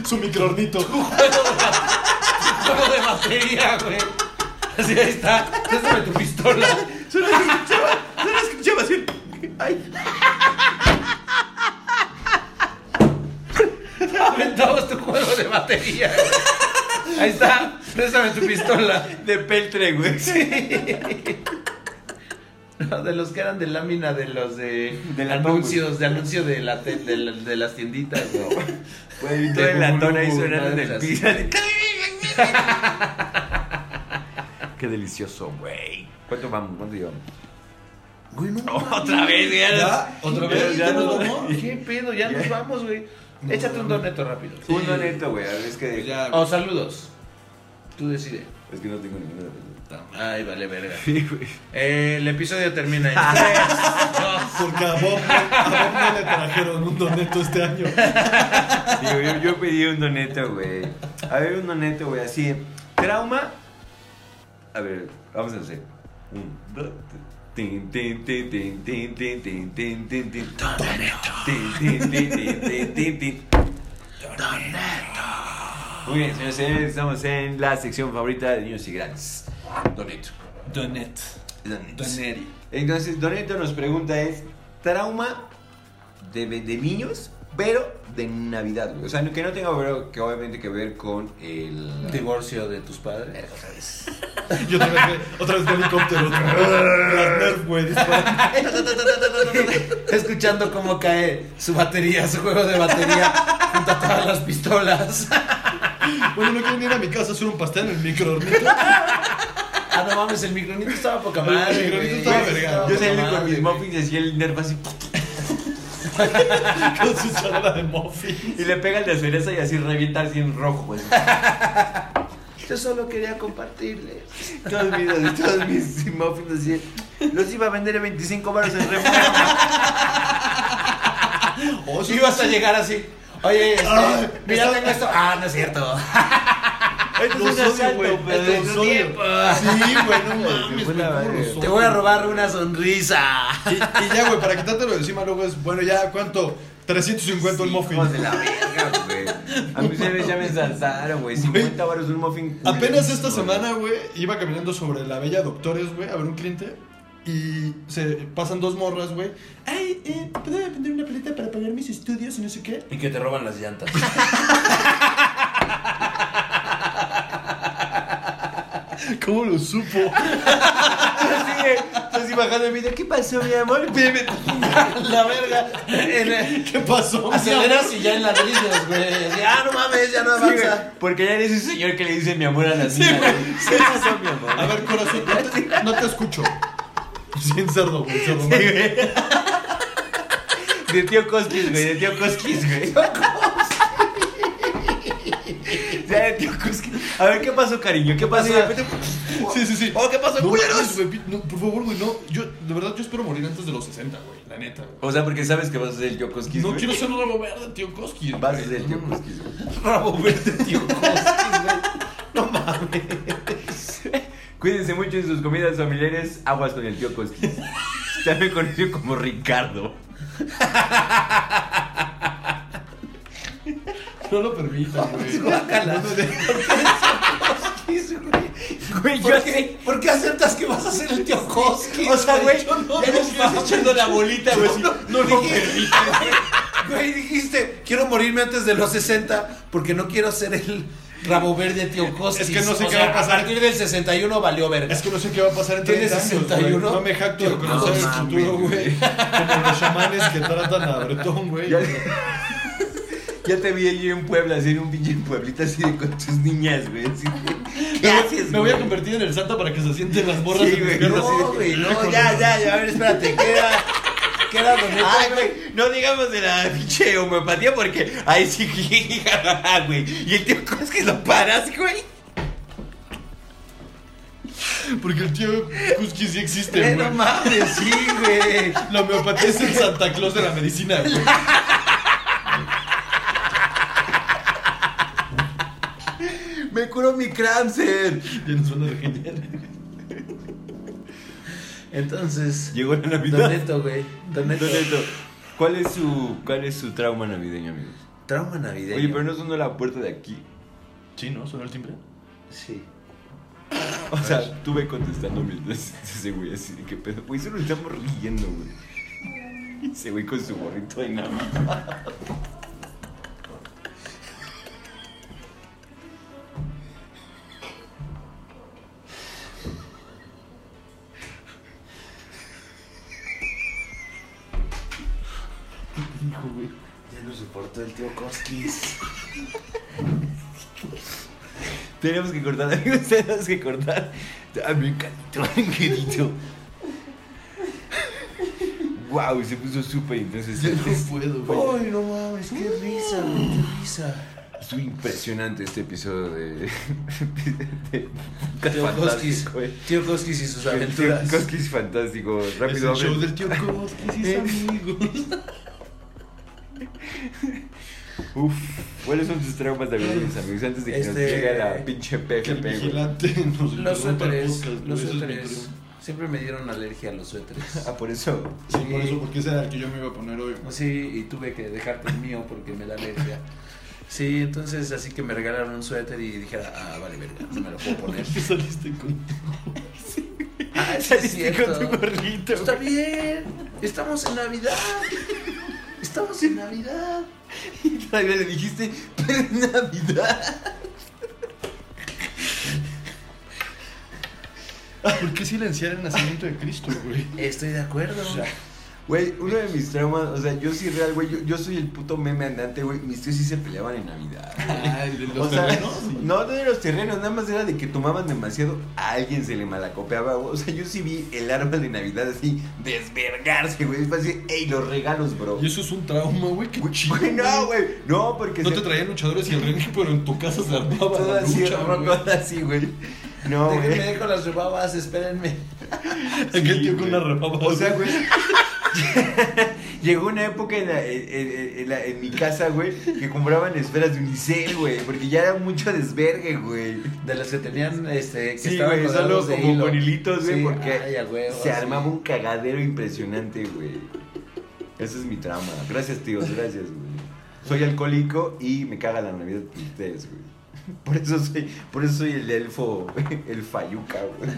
A: Su microornito.
D: Juego de batería, güey. Así ahí está. Préstame tu pistola.
B: Solo escuchaba, solo escuchaba así. Ay,
D: Aventabas tu juego de batería. Ahí está. Préstame tu pistola.
B: de peltre, güey.
D: No, de los que eran de lámina, de los de,
B: De latón,
D: anuncios, de anuncio de, la te- de, la- de las tienditas, güey.
B: Güey, todo el latón ahí sonando en el
D: Madres
B: piso. Qué delicioso, güey. ¿Cuánto vamos? ¿Cuánto llevamos?
A: Güey, no.
B: Otra vez, güey.
A: ¿Ya? ¿Otra vez?
B: Ya,
A: ¿Ya
B: no,
A: nos vamos?
D: ¿Qué pedo? Ya nos vamos, güey. Échate un doneto rápido.
A: Sí.
B: Un doneto, güey. Es que,
A: Pues ya.
D: O saludos. Tú decide.
B: es que no tengo ninguna de las dos.
D: Ay, vale, verga.
B: Sí, güey.
D: Eh, el episodio termina en tres, dos,
A: Porque a Bob, a Bob no le trajeron un doneto este año.
B: Digo, yo, yo pedí un doneto, güey. A ver, un doneto, güey, así. Trauma. A ver, vamos a hacer. Un, dos, tin, tin, tin, tin, tin, tin, tin, tin, tin, tin. Tin, tin, tin, tin, tin, tin, tin. Muy bien, señores, señores, estamos en la sección favorita de niños y grandes. Doneto.
A: Donet.
B: Doneto.
D: Doneri.
B: Entonces, Doneto nos pregunta es trauma de, de niños, pero de Navidad, güey. O sea, que no tenga pero que obviamente que ver con el...
D: Divorcio de tus padres.
A: Yo otra vez, otra vez helicóptero. otra vez. Las nerd, güey, disparando.
D: Escuchando cómo cae su batería, su juego de batería, junto a todas las pistolas.
A: Bueno, no quieren ir a mi casa a hacer un pastel en el microornito.
D: Ah, no mames, el micronito estaba poca
A: El
D: madre,
A: micronito
D: güey.
A: estaba verga.
B: Yo
A: Yo
B: salí con
D: Poca
B: mis
D: madre, güey.
B: muffins y así el nervo así...
A: con su charla de muffins.
B: Y le pega el de cereza y así revienta así en rojo, güey.
D: Yo solo quería compartirles.
B: Todos mis, todos mis muffins así... Los iba a vender a 25 baros en remo.
A: Oh, sí.
D: Ibas a llegar así. Oye, este,
A: Ay,
D: mira,
A: está-
D: tengo esto. Ah, no es cierto.
B: Esto
A: Los
B: es un
A: odio,
B: asalto,
A: güey.
B: pero...
A: Los
B: es un
A: odio.
B: tiempo.
A: Sí, güey, no
B: fue
A: mames, güey,
B: la
A: cómo
B: verga.
A: los
D: Te
A: odio.
D: voy a robar una sonrisa.
A: Y, y ya, güey, para quitártelo de encima luego es, bueno, ya, ¿cuánto? 350 el muffin.
B: Hijos de la verga, güey. A mí se me ya me ensalzaron, güey. 50 baros un muffin.
A: Apenas esta
B: Güey.
A: semana, güey, iba caminando sobre la Bella Doctores, güey, a ver un cliente. Y se pasan dos morras, güey. Ay, eh, ¿puedo vender una paleta para pagar mis estudios y no sé qué?
D: Y que te roban las llantas.
A: ¿Cómo lo supo?
B: Así, así bajando el video. ¿Qué pasó, mi amor?
D: la verga. En el-
A: ¿Qué pasó? mi
D: Aceleras y ya en las líneas, güey. Así, Ah, no mames, ya no avanza.
B: Porque ya eres ese señor que le dice mi amor a las niñas. güey. ¿Qué pasó, mi amor?
A: A ver, corazón, no te, no te escucho. Sin cerdo, güey, cerdo.
B: Sí, güey. De tío Cosquis, güey. De tío Cosquis, güey. Ya, de tío Cosquis. A ver, ¿qué pasó, cariño? ¿Qué pasó?
D: Sí.
B: De repente,
A: Sí, sí, sí.
B: Oh, ¿qué pasó,
A: No,
B: culeros?
A: mames, güey, pi- no, por favor, güey, no. Yo, de verdad, yo espero morir antes de los 60, güey. La neta, güey.
B: O sea, porque sabes que vas a ser el tío Cosquis,
A: No
B: güey.
A: quiero ser un rabo verde, tío Koski.
B: Vas a ser el
A: güey.
B: tío Cosquis, güey.
D: Rabo verde, tío.
B: No mames. Cuídense mucho en sus comidas familiares. Aguas con el tío Cosquis. También conocido como Ricardo.
A: No lo permitan, güey.
D: guácala.
A: No me de-
B: Güey,
D: ¿Por qué, ¿Por qué aceptas que vas a ser el tío Koski?
B: O sea, güey,
D: Yo no,
B: ya
D: no
B: nos estás
D: mames.
B: echando la bolita, güey. así,
D: No,
B: No,
D: no,
B: no,
D: dije- Güey, dijiste, quiero morirme antes de los 60 porque no quiero ser el rabo verde tío Costis.
A: Es que no sé
D: O
A: qué
D: sea,
A: va a pasar.
D: partir del 61 valió verga.
A: Es que no sé qué va a pasar en
D: ¿Tienes
A: 30 años, güey.
D: 61?
A: No me jacto de
D: Tío
A: conocer el
B: Koski.
A: futuro, güey. Como los chamanes que tratan a Bretón, güey.
B: Ya- Ya te vi ayer en Puebla, así en un pinche pueblito así de con tus niñas, güey. así de, ¿Qué haces,
A: Me voy a
B: güey?
A: convertir en el santa para que se sienten las morras
B: Sí,
A: en mis
B: güey,
A: piernas. así de-
B: no, güey, no,
A: Con-
B: ya, ya, ya, a ver, espérate, queda, queda bonito.
D: Ay,
B: güey, no digamos de la pinche homeopatía porque ahí sí, jajaja, güey, y el tío es que lo paras, güey.
A: Porque el tío Kuski sí existe,
D: Eh,
A: güey.
D: no mames, sí, güey.
A: La homeopatía es el Santa Claus de la medicina, güey.
B: Me curó mi cáncer.
A: Ya nos van a regañar.
D: Entonces,
B: Llegó la
D: Don
B: Navidad.
D: Neto, güey. Don Neto.
B: Don Neto, ¿Cuál es su, cuál es su trauma navideño, amigos?
D: Trauma navideño.
B: Oye, pero no sonó la puerta de aquí.
A: Sí, ¿no? ¿Sonó el timbre?
D: Sí.
B: O sea, tuve contestando mientras ese güey así de que pedo. Güey, solo estamos riendo, güey. Ese güey con su gorrito de Navidad.
D: Ya no soportó el tío Cosquis.
B: Tenemos que cortar, amigos, tenemos que cortar. Ah, me encantó, angelito. Wow, se puso súper intenso. este-
A: puedo,
D: Ay, no mames, qué risa, güey, qué risa.
B: Estuvo impresionante este episodio de. de, de
D: Tío Cosquis.
B: Fantástico, eh.
D: Tío Cosquis y sus aventuras.
B: Cosquis fantástico.
A: Es el
B: Rápido,
A: show
B: abre.
A: del tío Kuski,
B: Eh.
A: es amigo.
B: Uf, ¿cuáles son sus traumas navideños, amigos? Antes de que nos
D: Este-
B: llegue la pinche
A: Que el
B: PFP, güey.
A: vigilante nos
D: Los
A: interrumpa el
D: suéteres,
A: podcast, güey,
D: los
A: eso es mi
D: suéteres.
A: problema.
D: Siempre me dieron alergia a los suéteres.
B: Ah, por eso.
A: Sí, por eso, porque ese era el que yo me iba a poner hoy. güey.
D: Sí, y tuve que dejarte el mío porque me da alergia. Sí, entonces así que me regalaron un suéter y dijera, ah, vale, verga, no me lo puedo poner.
A: ¿Qué saliste con
D: Ah, sí es
B: Saliste con Este tu
D: cierto.
B: gorrito.
D: Está bien, estamos en Navidad. Estamos en Navidad.
B: Y todavía le dijiste, pero es Navidad.
A: Ah, ¿Por qué silenciar el nacimiento de Cristo, güey?
D: Estoy de acuerdo.
A: O sea,
B: Güey, uno de mis traumas, o sea, yo sí real, güey, yo, yo soy el puto meme andante, güey. Mis tíos sí se peleaban en Navidad.
A: Ay, de los
B: O sea,
A: terrenos, sí.
B: no, no de los terrenos, nada más era de que tomaban demasiado, a alguien se le malacopeaba, güey. O sea, yo sí vi el árbol de Navidad así desvergarse, güey. Es para decir, ey, los regalos, bro.
A: Y eso es un trauma, güey. Qué
B: Güey,
A: chido.
B: no, güey. No, porque
A: No
B: se-
A: te traían luchadores y el ring, pero en tu casa se armaba
B: todo
A: la
B: así,
A: lucha,
B: rojo,
A: güey.
B: todo así, güey. No,
D: Déjenme
B: güey.
D: dejo las rebabas, espérenme.
A: Aquel
B: Sí,
A: tío
B: güey.
A: con una rebaba.
B: O sea, güey. Llegó una época en, la- en- en- en la- en mi casa, güey, que compraban esferas de unicel, güey, porque ya era mucho desvergue, güey.
D: De las que tenían, este, que
B: Sí,
D: estaban
B: güey,
D: rodados
B: solo
D: de
B: como
D: hilo.
B: con hilitos, güey,
D: Sí,
B: porque
D: ay, a huevo,
B: se
D: sí.
B: armaba un cagadero impresionante, güey. Ese es mi trama. Gracias, tíos, gracias, güey. Soy alcohólico y me caga la Navidad de ustedes, güey. Por eso soy, por eso soy el elfo, el fayuca, güey.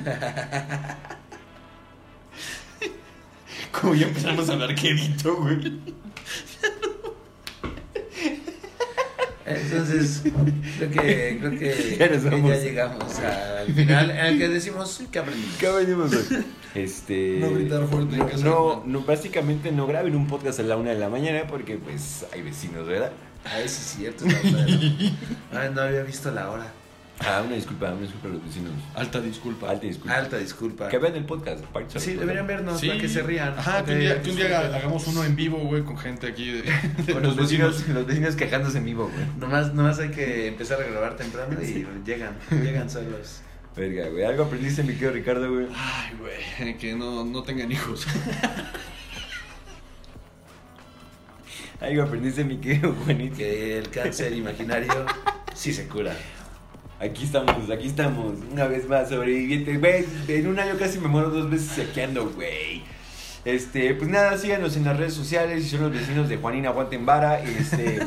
B: Como ya empezamos a hablar quedito, güey.
D: Entonces, creo que, creo que
B: Ya nos
D: que
B: vamos.
D: ya llegamos al final en el que decimos que aprendimos.
B: ¿Qué venimos, güey? Este.
A: No gritar fuerte en
B: no,
A: casa.
B: no, no, básicamente no graben un podcast a la una de la mañana porque, pues, hay vecinos, ¿verdad?
D: Ay, sí, Ah, es cierto. es la hora de la- Ay, no había visto la hora.
B: Ah, una disculpa, una disculpa a los vecinos.
A: Alta disculpa.
B: Alta disculpa.
D: Alta disculpa.
B: Que vean el podcast. aparte se
D: Sí,
B: lo
D: deberían
B: recomiendo.
D: vernos para que se rían.
A: Ajá, que un
D: Ok,
A: día, que un día
D: disculpen.
A: haga- hagamos uno en vivo, güey, con gente aquí de, de
B: Con los vecinos, los vecinos quejándose en vivo, güey.
D: Nomás, nomás hay que empezar a grabar temprano y llegan, llegan solos.
B: Verga, güey. Algo aprendiste, mi querido Ricardo, güey.
A: Ay, güey, que no, no tengan hijos.
B: Algo aprendiste, mi querido Juanito.
D: Que el cáncer imaginario sí se cura.
B: Aquí estamos, aquí estamos. Una vez más, sobrevivientes. Güey, en un año casi me muero dos veces saqueando, güey. Este, pues nada, síganos en las redes sociales. Y son los vecinos de Juanina Aguanten Vara. y Este,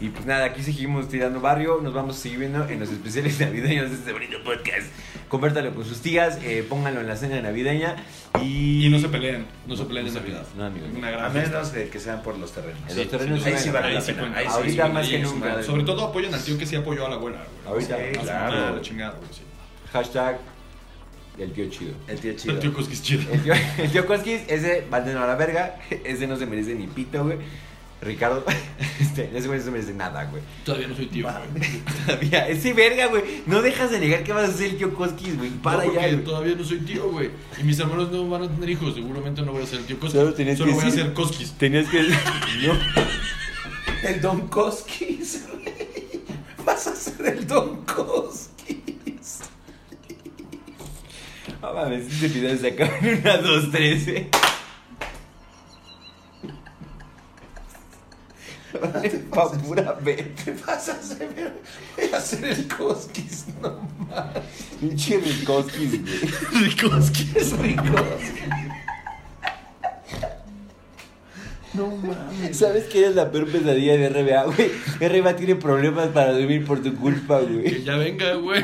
B: y pues nada, aquí seguimos tirando barrio. Nos vamos a seguir viendo en los especiales navideños de este bonito podcast. Compártalo con sus tías, eh, pónganlo en la cena navideña. Y,
A: Y no se peleen, no se peleen en
B: se
A: Navidad.
B: No, amigo.
A: Una
D: A
A: gran fiesta.
D: menos de que sean por los terrenos.
B: En los terrenos
D: ahí sí vale
B: ahí
D: la
B: sí
D: pena.
A: cuenta.
D: Ahí sí,
B: Ahorita
D: sí,
B: más que
D: sí,
B: nunca.
D: madre.
A: Sobre todo apoyen al tío que sí apoyó a la abuela, güey.
B: Ahorita,
D: Sí,
A: A su
D: claro.
A: madre, a la chingada, güey, sí.
B: Hashtag el tío chido.
D: El tío chido.
A: El tío Cosquis chido.
B: El tío, el tío Koskis, ese mándenlo a la verga. Ese no se merece ni pito, güey. Ricardo, este, ese güey no se merece nada, güey.
A: Todavía no soy tío, güey.
B: Todavía, ese verga, güey. No dejas de negar que vas a ser el tío Koskis, güey. Para
A: no,
B: ya,
A: porque
B: güey.
A: todavía no soy tío, güey. Y mis hermanos no van a tener hijos. Seguramente no voy a ser tío Koskis.
B: Solo tenías que
A: voy a
B: decir.
A: ser Koskis.
B: Tenías que. No.
D: El Don Koskis, güey. Vas a ser el Don Koskis.
B: No mames, este video se acaba en una, dos, tres, eh. Pa' pura ver.
D: Te vas a ser, voy a ser el Koskis, no mames.
B: Pinche Rikoskis, güey.
D: Koskis, Rikoskis. No mames.
B: ¿Sabes que eres la peor pesadilla de RBA, güey? RBA tiene problemas para dormir por tu culpa,
A: Que
B: güey.
A: ya venga, güey.